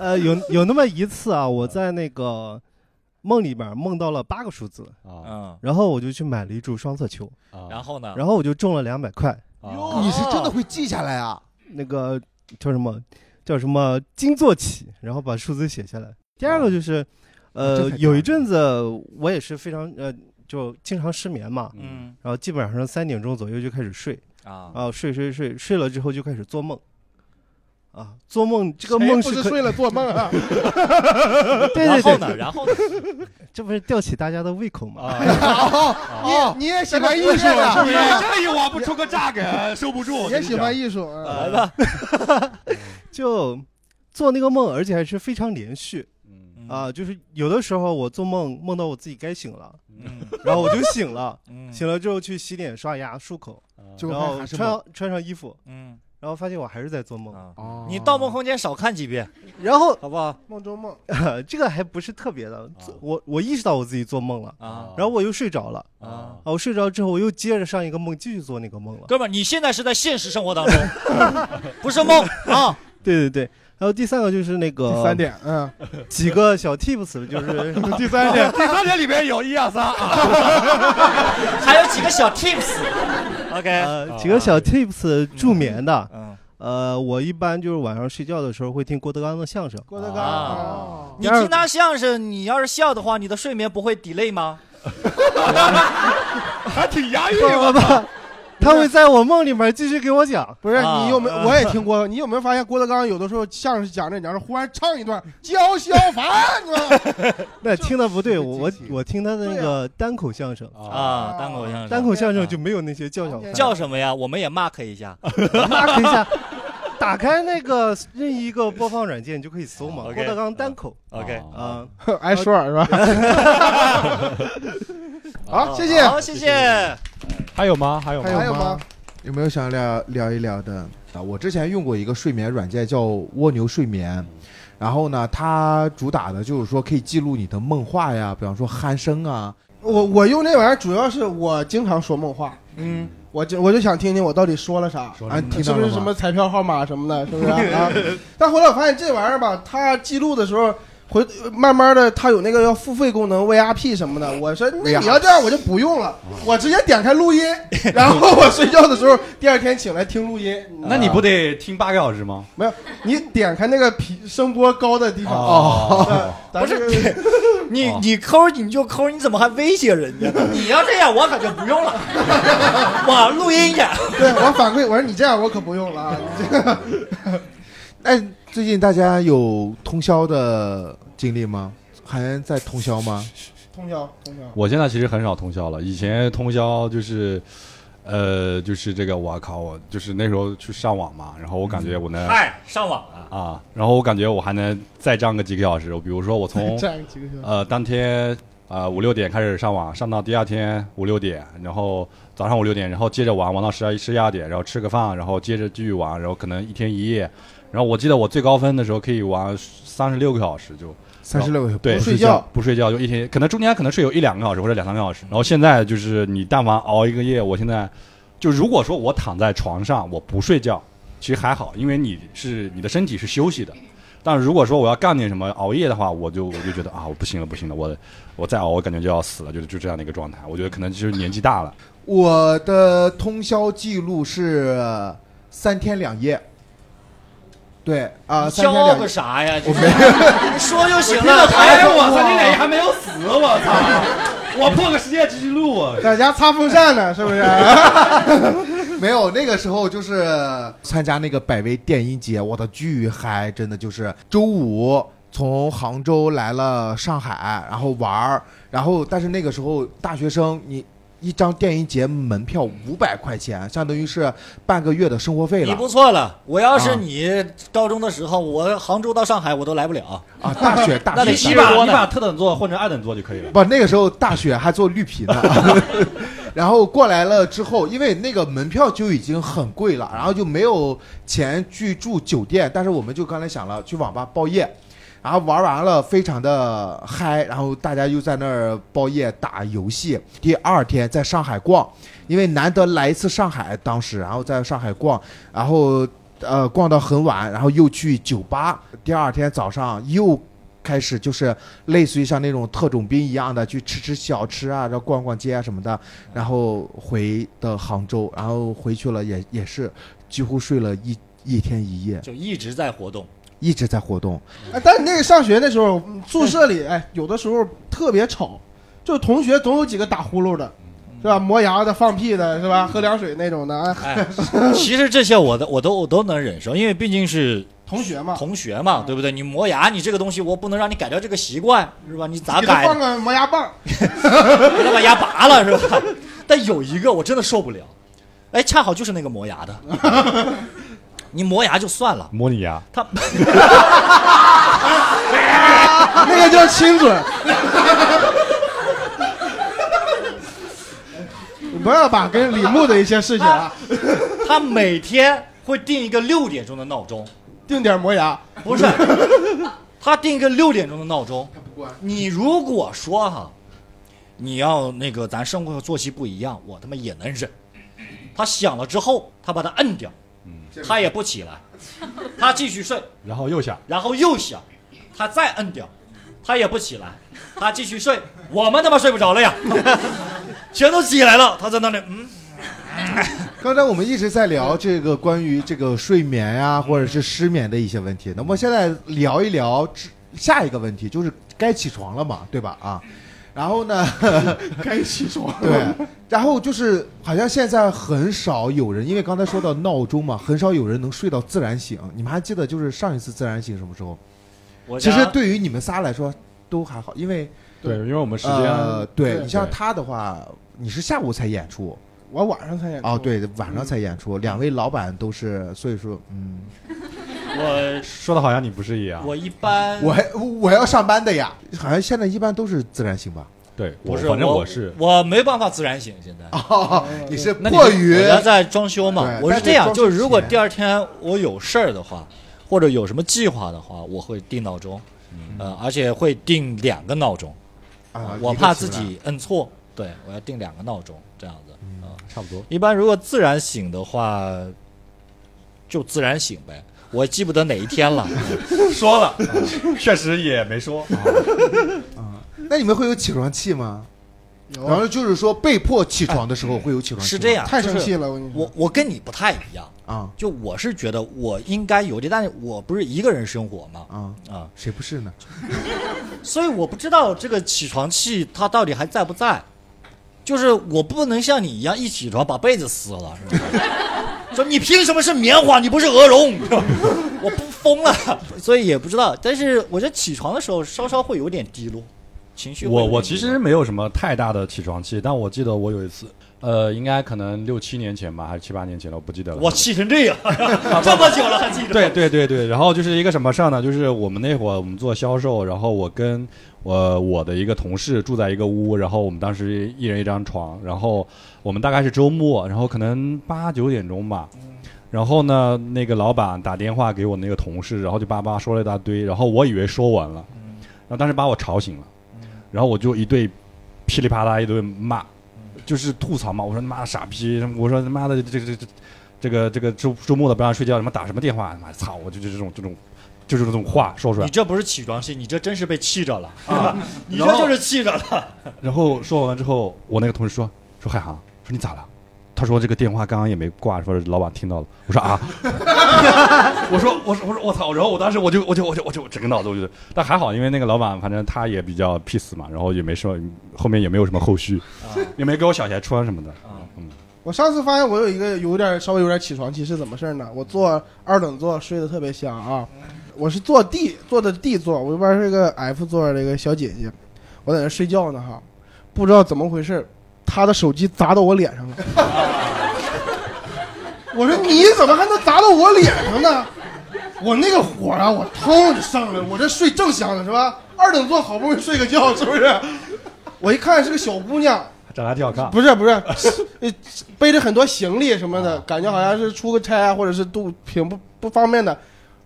Speaker 6: 呃，有有那么一次啊，我在那个梦里边梦到了八个数字，
Speaker 5: 啊
Speaker 1: 嗯，
Speaker 6: 然后我就去买了一注双色球，
Speaker 5: 啊
Speaker 1: 然后呢？
Speaker 6: 然后我就中了两百块，
Speaker 5: 后
Speaker 3: 哎你是真的会记下来啊？
Speaker 6: 那个叫什么叫什么金坐起，然后把数字写下来。第二个就是，呃
Speaker 3: 这，才
Speaker 6: 有一阵子我也是非常呃，就经常失眠嘛，
Speaker 5: 嗯
Speaker 1: 嗯
Speaker 6: 然后基本上三点钟左右就开始睡。
Speaker 1: 啊，
Speaker 6: 啊，睡睡睡睡了之后就开始做梦，啊，做梦这个
Speaker 4: 谁
Speaker 6: 梦
Speaker 4: 哎不
Speaker 6: 是
Speaker 4: 是
Speaker 6: 可，
Speaker 4: 睡了做梦啊，
Speaker 6: 对
Speaker 1: 然
Speaker 6: 对
Speaker 1: 后
Speaker 6: 对，
Speaker 1: 呢？然 后呢？
Speaker 6: 这不是吊起大家的胃口
Speaker 2: 啊
Speaker 6: 吗？
Speaker 3: 哦，你你也喜欢艺术
Speaker 5: 你
Speaker 3: 啊？
Speaker 5: 这一网不出个炸梗，收不住。我跟
Speaker 4: 也
Speaker 5: 你
Speaker 4: 喜
Speaker 5: 讲
Speaker 4: 欢艺术，啊
Speaker 1: 来吧。
Speaker 6: 就做那个梦，而且还是非常连续
Speaker 5: 嗯
Speaker 1: 嗯
Speaker 6: 啊，，就是有的时候我做梦梦到我自己该醒了，
Speaker 1: 嗯
Speaker 6: 然后我就醒了，
Speaker 1: 嗯
Speaker 6: 醒了之后去洗脸、刷牙、漱口，
Speaker 3: 就
Speaker 6: 然
Speaker 3: 发现
Speaker 6: 后
Speaker 3: 还是
Speaker 6: 穿
Speaker 3: 梦
Speaker 6: 上穿上衣服，
Speaker 1: 嗯
Speaker 6: 然后发现我还是在做 梦，
Speaker 1: 啊，
Speaker 3: 哦
Speaker 1: 你《盗梦空间》少看几遍，
Speaker 6: 然后
Speaker 1: 好不好？
Speaker 4: 梦中梦，
Speaker 6: 这个还不是特别的，做我我意识到我自己做梦了，
Speaker 1: 啊
Speaker 6: 然后我又睡着了，
Speaker 1: 啊！
Speaker 6: 啊，我睡着之后我又接着上一个梦，继续做那个梦了。
Speaker 1: 哥们儿，你现在是在现实生活当中， 不是梦啊！
Speaker 6: 对对对，还有第三个就是那个
Speaker 4: 第三点，嗯，
Speaker 6: 几个小 tips，就是
Speaker 5: 第三点，第三点里面有一二三啊，
Speaker 1: 还有几个小 tips。OK，
Speaker 6: 呃几个小 tips 助眠的。
Speaker 1: 嗯，
Speaker 6: 呃，我一般就是晚上睡觉的时候会听郭德纲的相声。
Speaker 4: 郭德纲
Speaker 1: 啊
Speaker 4: 哦
Speaker 1: 你听他相声，你要是笑的话，你的睡眠不会 delay 吗？
Speaker 5: 还挺押韵
Speaker 6: 不。不不，他会在我梦里面继续给我讲。
Speaker 4: 不是
Speaker 1: 啊
Speaker 4: 你有没有？我也听郭，你有没有发现郭德纲有的时候相声讲着讲着，忽然唱一段叫小凡，你知道吗
Speaker 6: 那听的不对，
Speaker 3: 这
Speaker 6: 我我
Speaker 3: 机器
Speaker 6: 我听他的那
Speaker 4: 对啊
Speaker 6: 个单口相声，
Speaker 1: 啊，单口相声，
Speaker 6: 单口相声就没有那些叫小
Speaker 4: 啊
Speaker 6: 番。
Speaker 1: 叫什么呀？我们也 mark 一下。
Speaker 6: 等一下，打开那个任意一个播放软件，你就可以搜嘛。
Speaker 1: OK 哦
Speaker 6: 郭德纲单口
Speaker 1: OK，
Speaker 6: 啊。
Speaker 4: 挨说是吧？好，谢谢。
Speaker 1: 好，谢谢。
Speaker 2: 还有吗？还有吗？
Speaker 4: 还有
Speaker 3: 吗
Speaker 4: 吗？
Speaker 3: 有没有想聊聊一聊的？啊，我之前用过一个睡眠软件叫蜗牛睡眠，然后呢，它主打的就是说可以记录你的梦话呀，比方说鼾声啊，
Speaker 4: 我我用那玩意儿主要是我经常说梦话，
Speaker 1: 嗯，
Speaker 4: 我就我就想听听我到底说了啥，
Speaker 3: 啊，你听
Speaker 4: 是
Speaker 3: 到
Speaker 4: 不
Speaker 3: 了
Speaker 4: 是
Speaker 3: 吗
Speaker 4: 什么彩票号码什么的，是不是 啊？但后来我发现这玩意儿吧，它记录的时候。回慢慢的，它有那个要付费功能 VRP 什么的。我说那你要这样，我就不用了，
Speaker 3: 哦
Speaker 4: 我直接点开录音，然后我睡觉的时候，第二天醒来听录 音。
Speaker 2: 那你不得听八个小时吗？
Speaker 4: 没有你点开那个频声波高的地方？
Speaker 2: 哦，
Speaker 4: 咱这个
Speaker 1: 你你抠你就抠，你怎么还威胁人 家？你要这样，我可就不 用了。我录音去。
Speaker 4: 对我反馈，我说你这样我可不用了 啊！你这个
Speaker 3: 哎，最近大家有通宵的经历吗？还在通宵吗？
Speaker 4: 通宵通宵。
Speaker 2: 我现在其实很少通宵了，以前通宵就是，呃，就是这个，我靠，我就是那时候去上网嘛，然后我感觉我能
Speaker 1: 嗨，哎上网了。
Speaker 2: 啊，然后我感觉我还能再站个几个小时，比如说我
Speaker 1: 哦
Speaker 2: 从
Speaker 4: 站几个小时，
Speaker 2: 呃，当天呃五六点开始上网，上到第二天五六点，然后早上五六点，然后接着玩，玩到十二十一二点，然后吃个饭，然后接着继续玩，然后可能一天一夜。然后我记得我最高分的时候可以玩三十六个小时就，
Speaker 3: 三十六个小时
Speaker 2: 对，
Speaker 4: 不睡觉
Speaker 2: 不睡觉就一天，可能中间可能睡有一两个小时或者两三个小时。然后现在就是你但凡熬一个夜，我现在就如果说我躺在床上我不睡觉，其实还好，因为你是你的身体是休息的。但如果说我要干点什么熬夜的话，我就我就觉得啊，我不行了，不行了，我我再熬，我感觉就要死了，就是就这样的一个状态。我觉得可能就是年纪大了。
Speaker 3: 我的通宵记录是呃三天两夜。对啊、
Speaker 1: 你
Speaker 3: 三天
Speaker 1: 骄傲
Speaker 3: 两
Speaker 1: 个
Speaker 3: 夜。
Speaker 1: 啥呀？
Speaker 3: 我
Speaker 1: 这
Speaker 3: 没啊
Speaker 1: 是
Speaker 3: 有。
Speaker 1: 说就行
Speaker 2: 我听
Speaker 1: 了，
Speaker 2: 到
Speaker 1: 还
Speaker 2: 哎，我
Speaker 1: 说
Speaker 2: 操，你脸还没有死，我操！我破个世界纪录啊！
Speaker 4: 在家擦风扇呢，是不是？
Speaker 3: 没有，那个时候就是参加那个百威电音节，我的巨嗨，真的就是周五从杭州来了上海，然后玩儿，然后但是那个时候大学生你。一张电音节门票五百块钱，相当于是半个月的生活费
Speaker 1: 你
Speaker 3: 了
Speaker 1: 不错了。我要是
Speaker 3: 啊
Speaker 1: 你高中的时候，我杭州到上海我都来不了。
Speaker 3: 啊！大学大
Speaker 1: 那得
Speaker 3: 学大学
Speaker 1: 吸
Speaker 2: 你
Speaker 1: 吧
Speaker 2: 把你把特等座换成二等座就可以了。
Speaker 3: 不，那个时候大学还做绿皮呢。 然后过来了之后，因为那个门票就已经很贵了，然后就没有钱去住酒店，但是我们就刚才想了去网吧包夜，然后玩完了非常的嗨，然后大家又在那儿包夜打游戏。第二天在上海逛，因为难得来一次上海，当时然后在上海逛，然后呃逛到很晚，然后又去酒吧。第二天早上又开始就是类似于像那种特种兵一样的去吃吃小吃啊，然后逛逛街啊什么的，然后回的杭州，然后回去了也也是几乎睡了一一天一夜，
Speaker 1: 就一直在活动，
Speaker 3: 一直在活动。
Speaker 4: 哎但你那个上学那时候，嗯宿舍里哎，有的时候特别吵，就同学总有几个打呼噜的，
Speaker 1: 嗯
Speaker 4: 是吧？磨牙的、放屁的，是吧？喝凉水那种的，哎
Speaker 1: 哎，其实这些我都我都我都能忍受，因为毕竟是
Speaker 4: 同学嘛，
Speaker 1: 同学嘛，对不对？你磨牙，你这个东西我不能让你改掉这个习惯，是吧？你咋
Speaker 4: 给他
Speaker 1: 改？
Speaker 4: 放个磨牙棒，
Speaker 1: 给他把牙拔了，是吧？ 但有一个我真的受不了，哎，恰好就是那个磨牙的，你磨牙就算了，
Speaker 2: 摸你牙，
Speaker 1: 他
Speaker 4: 那个叫亲嘴儿。你不要把跟李牧的一些事情啊，
Speaker 1: 他每天会定一个六点钟的闹钟，
Speaker 4: 定点磨牙，
Speaker 1: 不是，他定一个六点钟的闹钟。你如果说哈，你要那个咱生活作息不一样，我他妈也能忍。他响了之后，他把它摁掉，他也不起来，他继续睡，
Speaker 2: 然后又想
Speaker 1: 然后又响，他再摁掉，他也不起来，他继续睡，我们他妈睡不着了呀， 全都起来了，他在那里嗯。
Speaker 3: 刚才我们一直在聊这个关于这个睡眠呀、或者是失眠的一些问题。那么现在聊一聊之下一个问题，就是该起床了嘛，对吧？啊，然后呢，
Speaker 4: 该起床。
Speaker 3: 对， 然后就是好像现在很少有人，因为刚才说到闹钟嘛，很少有人能睡到自然醒。你们还记得就是上一次自然醒什么时候？
Speaker 1: 我
Speaker 3: 其
Speaker 1: 家
Speaker 3: 实对于你们仨来说都还好，因为
Speaker 2: 对，因为我们时
Speaker 3: 呃
Speaker 2: 间，
Speaker 3: 对
Speaker 4: 对
Speaker 3: 你像他的话，你是下午才演出
Speaker 4: 我晚上才演出
Speaker 3: 哦，，对，晚上才演
Speaker 4: 嗯
Speaker 3: 出，两位老板都是，所以说，嗯，
Speaker 1: 我
Speaker 2: 说的好像你不是一样。
Speaker 1: 我一般
Speaker 3: 我还我要上班的呀，好像现在一般都是自然醒吧？
Speaker 2: 对，
Speaker 1: 不
Speaker 2: 我
Speaker 1: 是，
Speaker 2: 反正
Speaker 1: 我
Speaker 2: 我是
Speaker 1: 我没办法自然醒，现在。
Speaker 3: 哦，你是
Speaker 1: 那你
Speaker 3: 迫于
Speaker 1: 我家在装修嘛
Speaker 3: 对，
Speaker 1: 我是这
Speaker 3: 但
Speaker 1: 样，
Speaker 3: 是装
Speaker 1: 就
Speaker 3: 修
Speaker 1: 是如果
Speaker 3: 前
Speaker 1: 第二天我有事儿的话，或者有什么计划的话，我会定闹钟，呃，而且会定两个闹钟，
Speaker 3: 嗯啊，
Speaker 1: 我
Speaker 3: 一个
Speaker 1: 怕
Speaker 3: 起
Speaker 1: 自
Speaker 3: 不来
Speaker 1: 己摁错，对我要定两个闹钟这样子啊。
Speaker 2: 差不多。
Speaker 1: 一般如果自然醒的话，就自然醒呗。我记不得哪一天 了，
Speaker 2: 说了， 确实也没说。
Speaker 3: 那你们会有起床气吗？
Speaker 4: 嗯有啊
Speaker 3: 然后就是说被迫起床的时候会有起床气吗，
Speaker 1: 是这样，
Speaker 4: 太
Speaker 1: 就
Speaker 4: 生
Speaker 1: 是
Speaker 4: 气了，我跟你说。
Speaker 1: 我我跟你不太一样，
Speaker 3: 啊
Speaker 1: 就我是觉得我应该有点，但是我不是一个人生活嘛，
Speaker 3: 啊，
Speaker 1: 啊，
Speaker 3: 谁不是呢？
Speaker 1: 所以我不知道这个起床气它到底还在不在，就是我不能像你一样一起床把被子撕了，是吧？说你凭什么是棉花，你不是鹅绒？ 我不疯了，所以也不知道。但是我觉得起床的时候稍稍会有点低落，情绪会有
Speaker 2: 我
Speaker 1: 点低落。
Speaker 2: 我其实没有什么太大的起床气，但我记得我有一次，呃，应该可能六七年前吧，还是七八年前了，我不记得了。
Speaker 1: 我气成这样，这么久了还记得？
Speaker 2: 对对对对，然后就是一个什么事儿呢？就是我们那会儿我们做销售，然后我跟我我的一个同事住在一个屋，然后我们当时一人一张床，然后我们大概是周末，然后可能八九点钟吧。然后呢，那个老板打电话给我那个同事，然后就叭叭说了一大堆，然后我以为说完了，然后当时把我吵醒了，然后我就一顿噼里啪啦一顿骂，就是吐槽嘛，我说你妈的傻逼，什么我说他妈的这这这这个这个周周末的不让睡觉，什么打什么电话，他妈操，我就就这种这种就是那种话说出来
Speaker 1: 你。这不是起床气，你这真是被气着了
Speaker 2: 啊！
Speaker 1: 你
Speaker 2: 然
Speaker 1: 这
Speaker 2: 后
Speaker 1: 就是气着了。
Speaker 2: 然后说完了之后，我那个同事说说海航，说你咋了？他说这个电话刚刚也没挂，说老板听到了。我说啊， 我说我说我说我操！然后我当时我就我就我就我就整个脑子我就，但还好，因为那个老板反正他也比较 peace 嘛，然后也没说后面也没有什么后续，也没给我小鞋穿什么的。
Speaker 4: 我上次发现我有一个有点儿稍微有点儿起床气是怎么事儿呢？我坐二等座睡得特别香啊，我是坐 D 坐的 D 座，我右边是个 F 座的一个小姐姐，我在那睡觉呢哈，不知道怎么回事，她的手机砸到我脸上了。 我说你怎么还能砸到我脸上呢？我那个火啊，我腾就上来了，我这睡正香呢是吧？二等座好不容易睡个觉是不是？我一看是个小姑娘，
Speaker 2: 长得挺好看，
Speaker 4: 不是不是， 呃背着很多行李什么的，感觉好像是出个差啊，或者是都挺不不方便的，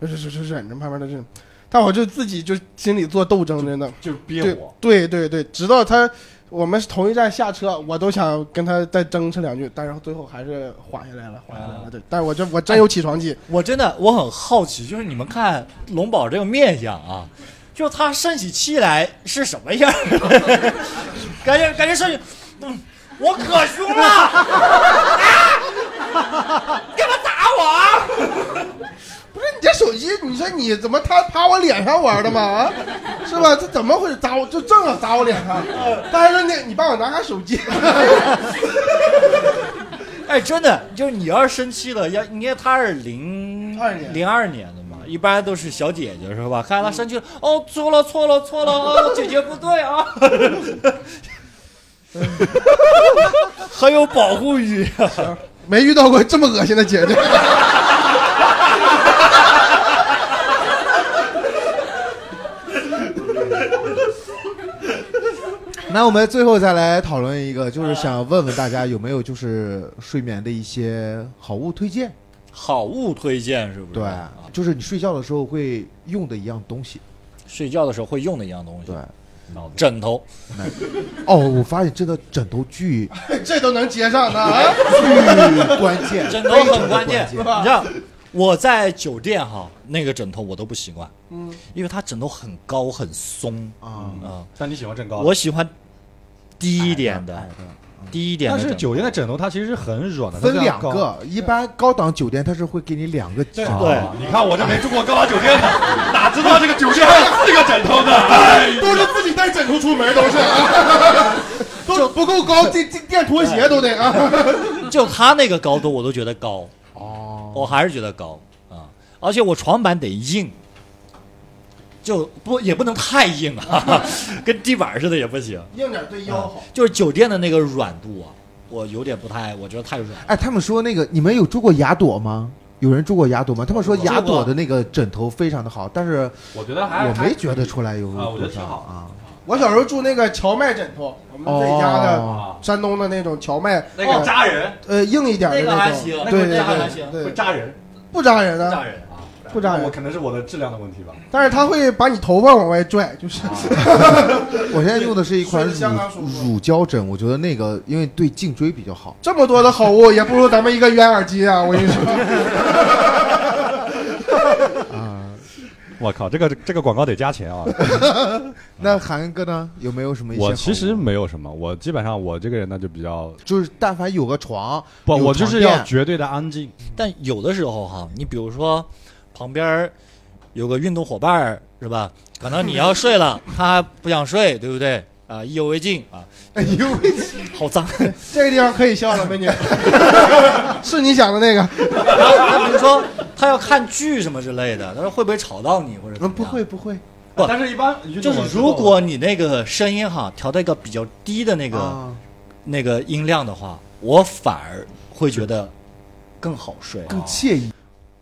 Speaker 4: 是是是忍着慢慢的忍，但我就自己就心里做斗争，真的
Speaker 2: 就是憋
Speaker 4: 对
Speaker 2: 我。
Speaker 4: 对对对，直到他我们是同一站下车，我都想跟他再争扯两句，但是最后还是缓下来了，缓下来了。对，但是我这我真有起床气，
Speaker 1: 我真的我很好奇，就是你们看龙宝这个面相啊，就他生起气来是什么样儿？ 感觉感觉生气，嗯，我可凶 了，啊，你干嘛打我啊？
Speaker 4: 不是你这手机，你说你怎么他趴我脸上玩的 嘛？啊，是吧？这怎么回事？砸我就正好砸我脸上，他还说那你帮我拿下手机。
Speaker 1: 哎，真的，就是你要是生气了，要你看他是零
Speaker 4: 二年
Speaker 1: 零二年的嘛，一般都是小姐姐是吧？看她生气了，
Speaker 4: 嗯
Speaker 1: 哦，错了错了 错了，哦，姐姐不对啊，很有保护欲啊。
Speaker 4: 没遇到过这么恶心的姐姐。
Speaker 3: 那我们最后再来讨论一个，就是想问问大家有没有就是睡眠的一些好物推荐？
Speaker 1: 好物推荐是不是？
Speaker 3: 对，
Speaker 2: 啊
Speaker 3: 就是你睡觉的时候会用的一样东西。
Speaker 1: 睡觉的时候会用的一样东西，
Speaker 3: 对，
Speaker 1: 枕头。
Speaker 3: 哦，我发现真的枕头巨
Speaker 4: 哎这都能接上呢啊！
Speaker 3: 巨关 键，
Speaker 1: 枕头很关键。
Speaker 3: 非
Speaker 1: 你知
Speaker 3: 常关
Speaker 1: 道我在酒店哈，那个枕头我都不习惯，嗯，因为它枕头很高很松
Speaker 3: 啊
Speaker 1: 啊，
Speaker 2: 但你喜欢枕高的？
Speaker 1: 我喜欢低一点的，嗯低一点的
Speaker 2: 但
Speaker 1: 枕头。
Speaker 2: 是酒店的枕头它其实是很软的，它
Speaker 3: 分
Speaker 2: 这样
Speaker 3: 两
Speaker 2: 高
Speaker 3: 个，一般高档酒店它是会给你两个枕头。
Speaker 1: 对
Speaker 2: 啊你看我这没住过高档酒店的，哪知道这个酒店还有四个枕头呢？哎
Speaker 4: 都是自己带枕头出门，都是啊，都不够高，这这垫拖鞋都得啊。
Speaker 1: 就它那个高度我都觉得高，哦，我还是觉得高啊，而且我床板得硬。就不也不能太硬啊， 跟地板似的也不行。
Speaker 4: 硬点对腰好。
Speaker 1: 就是酒店的那个软度啊，我有点不太，我觉得太软了。
Speaker 3: 哎，他们说那个你们有住过雅朵吗？有人住过雅朵吗？他们说雅朵的那个枕头非常的好，但是
Speaker 2: 我觉得还
Speaker 3: 我没觉得出来有
Speaker 2: 啊我觉得
Speaker 3: 多
Speaker 2: 挺
Speaker 3: 少
Speaker 2: 好
Speaker 3: 啊。
Speaker 4: 我小时候住那个荞麦枕头，我们自己家的
Speaker 3: 哦
Speaker 4: 山东的那种荞麦，
Speaker 2: 啊那个扎人
Speaker 4: 呃硬一点的
Speaker 1: 那个还
Speaker 4: 种
Speaker 1: 行，
Speaker 4: 对
Speaker 1: 那个还
Speaker 4: 对
Speaker 1: 行
Speaker 4: 对
Speaker 2: 会
Speaker 4: 对，
Speaker 2: 扎人，
Speaker 4: 不扎人
Speaker 2: 扎
Speaker 4: 啊，
Speaker 2: 人啊，
Speaker 4: 不扎人
Speaker 2: 我可能是我的质量的问题吧。
Speaker 4: 但是它会把你头发往外拽，就是
Speaker 3: 我现在用的是一款
Speaker 4: 睡得
Speaker 3: 乳
Speaker 4: 相当舒服
Speaker 3: 乳胶枕，我觉得那个因为对颈椎比较好。
Speaker 4: 这么多的好物，也不如咱们一个圆耳机啊！我跟你说，
Speaker 2: 我靠，这个这个广告得加 钱啊！
Speaker 4: 嗯
Speaker 3: 那韩哥呢？有没有什么一些好物？
Speaker 2: 我其实嗯没有什么，我基本上我这个人呢就比较
Speaker 3: 就是，但凡有个床，
Speaker 2: 不，
Speaker 3: 有
Speaker 2: 我就是
Speaker 3: 床垫
Speaker 2: 要绝对的安静。
Speaker 1: 但有的时候哈，你比如说旁边儿有个运动伙伴儿是吧？可能你要睡了，他不想睡，对不对？啊，意犹未尽啊，
Speaker 4: 哎呦，
Speaker 1: 好 脏。
Speaker 4: 这个地方可以笑了，美女， 是你想的那个。
Speaker 1: 然后他比如说他要看剧什么之类的，他说会不会吵到你或者怎
Speaker 3: 嗯，
Speaker 1: 么
Speaker 3: 不
Speaker 1: 样
Speaker 3: 会。不会，
Speaker 1: 不
Speaker 2: 但是一般
Speaker 1: 就是如果你那个声音哈调到一个比较低的那个、
Speaker 3: 啊
Speaker 1: 那个音量的话，我反而会觉得更好睡。啊
Speaker 3: 更惬意。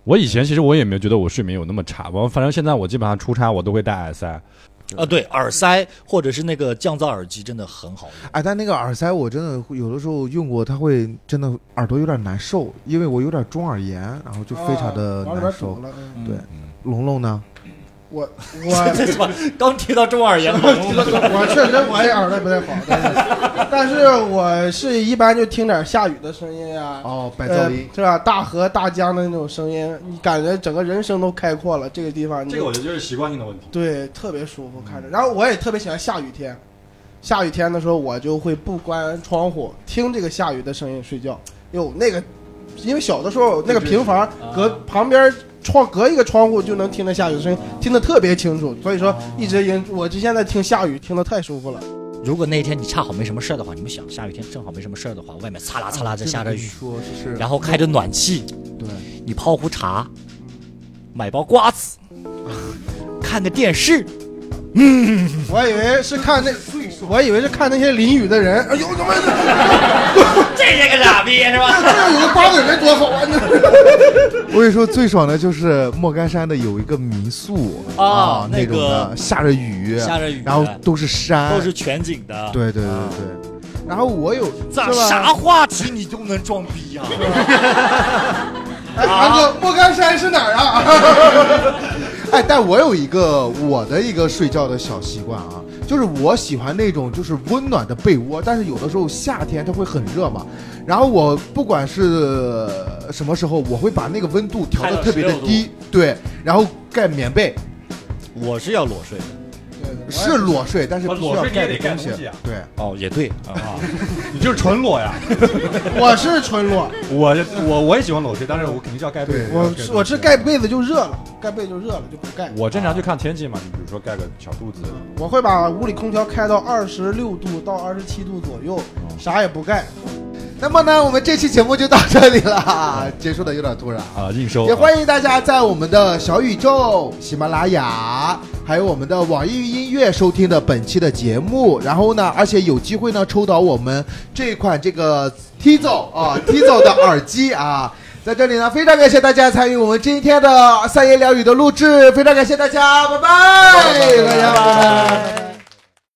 Speaker 2: 我以前其实我也没有觉得我睡眠有那么差，我反正现在我基本上出差我都会戴耳塞。
Speaker 1: 啊，对，耳塞或者是那个降噪耳机真的很好用。
Speaker 3: 哎，但那个耳塞我真的会有的时候用过，它会真的耳朵有点难受，因为我有点中耳炎，然后就非常的
Speaker 4: 啊往
Speaker 3: 难
Speaker 4: 里边
Speaker 3: 受
Speaker 4: 堵。了，嗯
Speaker 3: 对，龙龙呢？
Speaker 4: 我我，
Speaker 1: 这是吧刚提到中耳炎
Speaker 4: 我确实我这耳朵不太好，但是但是我是一般就听点下雨的声音呀、
Speaker 3: 哦，白噪音
Speaker 4: 呃，是吧？大河大江的那种声音，你感觉整个人生都开阔了。这个地方你就，
Speaker 2: 这个我觉得就是习惯性的问题。
Speaker 4: 对特别舒服看着。然后我也特别喜欢下雨天，下雨天的时候我就会不关窗户，听这个下雨的声音睡觉。哟，那个，因为小的时候那个平房隔旁边窗隔一个窗户就能听到下雨的声音，听得特别清楚。所以说一直因我就现在听下雨听得太舒服了。
Speaker 1: 如果那天你恰好没什么事儿的话，你们想下雨天正好没什么事儿的话，外面啊擦啦擦啦在下着雨，
Speaker 3: 说是，
Speaker 1: 然后开着暖气，
Speaker 3: 对，
Speaker 1: 你泡壶茶，买包瓜 子，看个电视，
Speaker 4: 我以为是看那，我以为是看那些淋雨的人。哎呦，他妈
Speaker 1: 这些个傻逼是吧？
Speaker 4: 这有个瓜子人多好啊！
Speaker 3: 我跟你说，最爽的就是莫干山的有一个民宿
Speaker 1: 啊
Speaker 3: 那
Speaker 1: 那
Speaker 3: 种的，
Speaker 1: 个
Speaker 3: 下着雨，
Speaker 1: 下着雨
Speaker 3: 然后都是山，
Speaker 1: 都是啊全景的，
Speaker 3: 对对对对对。然后我有
Speaker 1: 咋
Speaker 3: 是吧
Speaker 1: 啥话题你都能装逼啊呀、
Speaker 4: 哎，韩哥，莫干山是哪儿啊？
Speaker 3: 哎，但我有一个我的一个睡觉的小习惯啊，就是我喜欢那种就是温暖的被窝，但是有的时候夏天它会很热嘛，然后我不管是呃什么时候，我会把那个温度调的特别的低，对，然后盖棉被
Speaker 1: 我是要裸睡的。
Speaker 3: 是裸睡，但是
Speaker 2: 啊
Speaker 3: 必须
Speaker 2: 裸
Speaker 3: 要
Speaker 2: 睡你也
Speaker 3: 盖
Speaker 2: 得
Speaker 3: 着
Speaker 2: 盖
Speaker 3: 东西
Speaker 2: 东西啊，
Speaker 3: 对，
Speaker 1: 哦，也对啊，
Speaker 2: 你就是纯裸呀，
Speaker 4: 我是纯裸，
Speaker 2: 我我我也喜欢裸睡，但是我肯定是要盖被
Speaker 3: 对
Speaker 2: 子。
Speaker 4: 我是我是盖被子就热了，盖被就热了就不盖。
Speaker 2: 我正常去看天气嘛，你比如说盖个小肚子，
Speaker 4: 我会把屋里空调开到二十六度到二十七度左右，啥也不盖。
Speaker 3: 那么呢，我们这期节目就到这里了，结束的有点突然啊。
Speaker 2: 啊，应收
Speaker 3: 也欢迎大家在我们的小宇宙、喜马拉雅，还有我们的网易云音乐收听的本期的节目。然后呢，而且有机会呢抽到我们这款这个 T 走啊 T 走的耳机啊。在这里呢，非常感谢大家参与我们今天的三言两语的录制，非常感谢大家，拜拜，大家拜拜。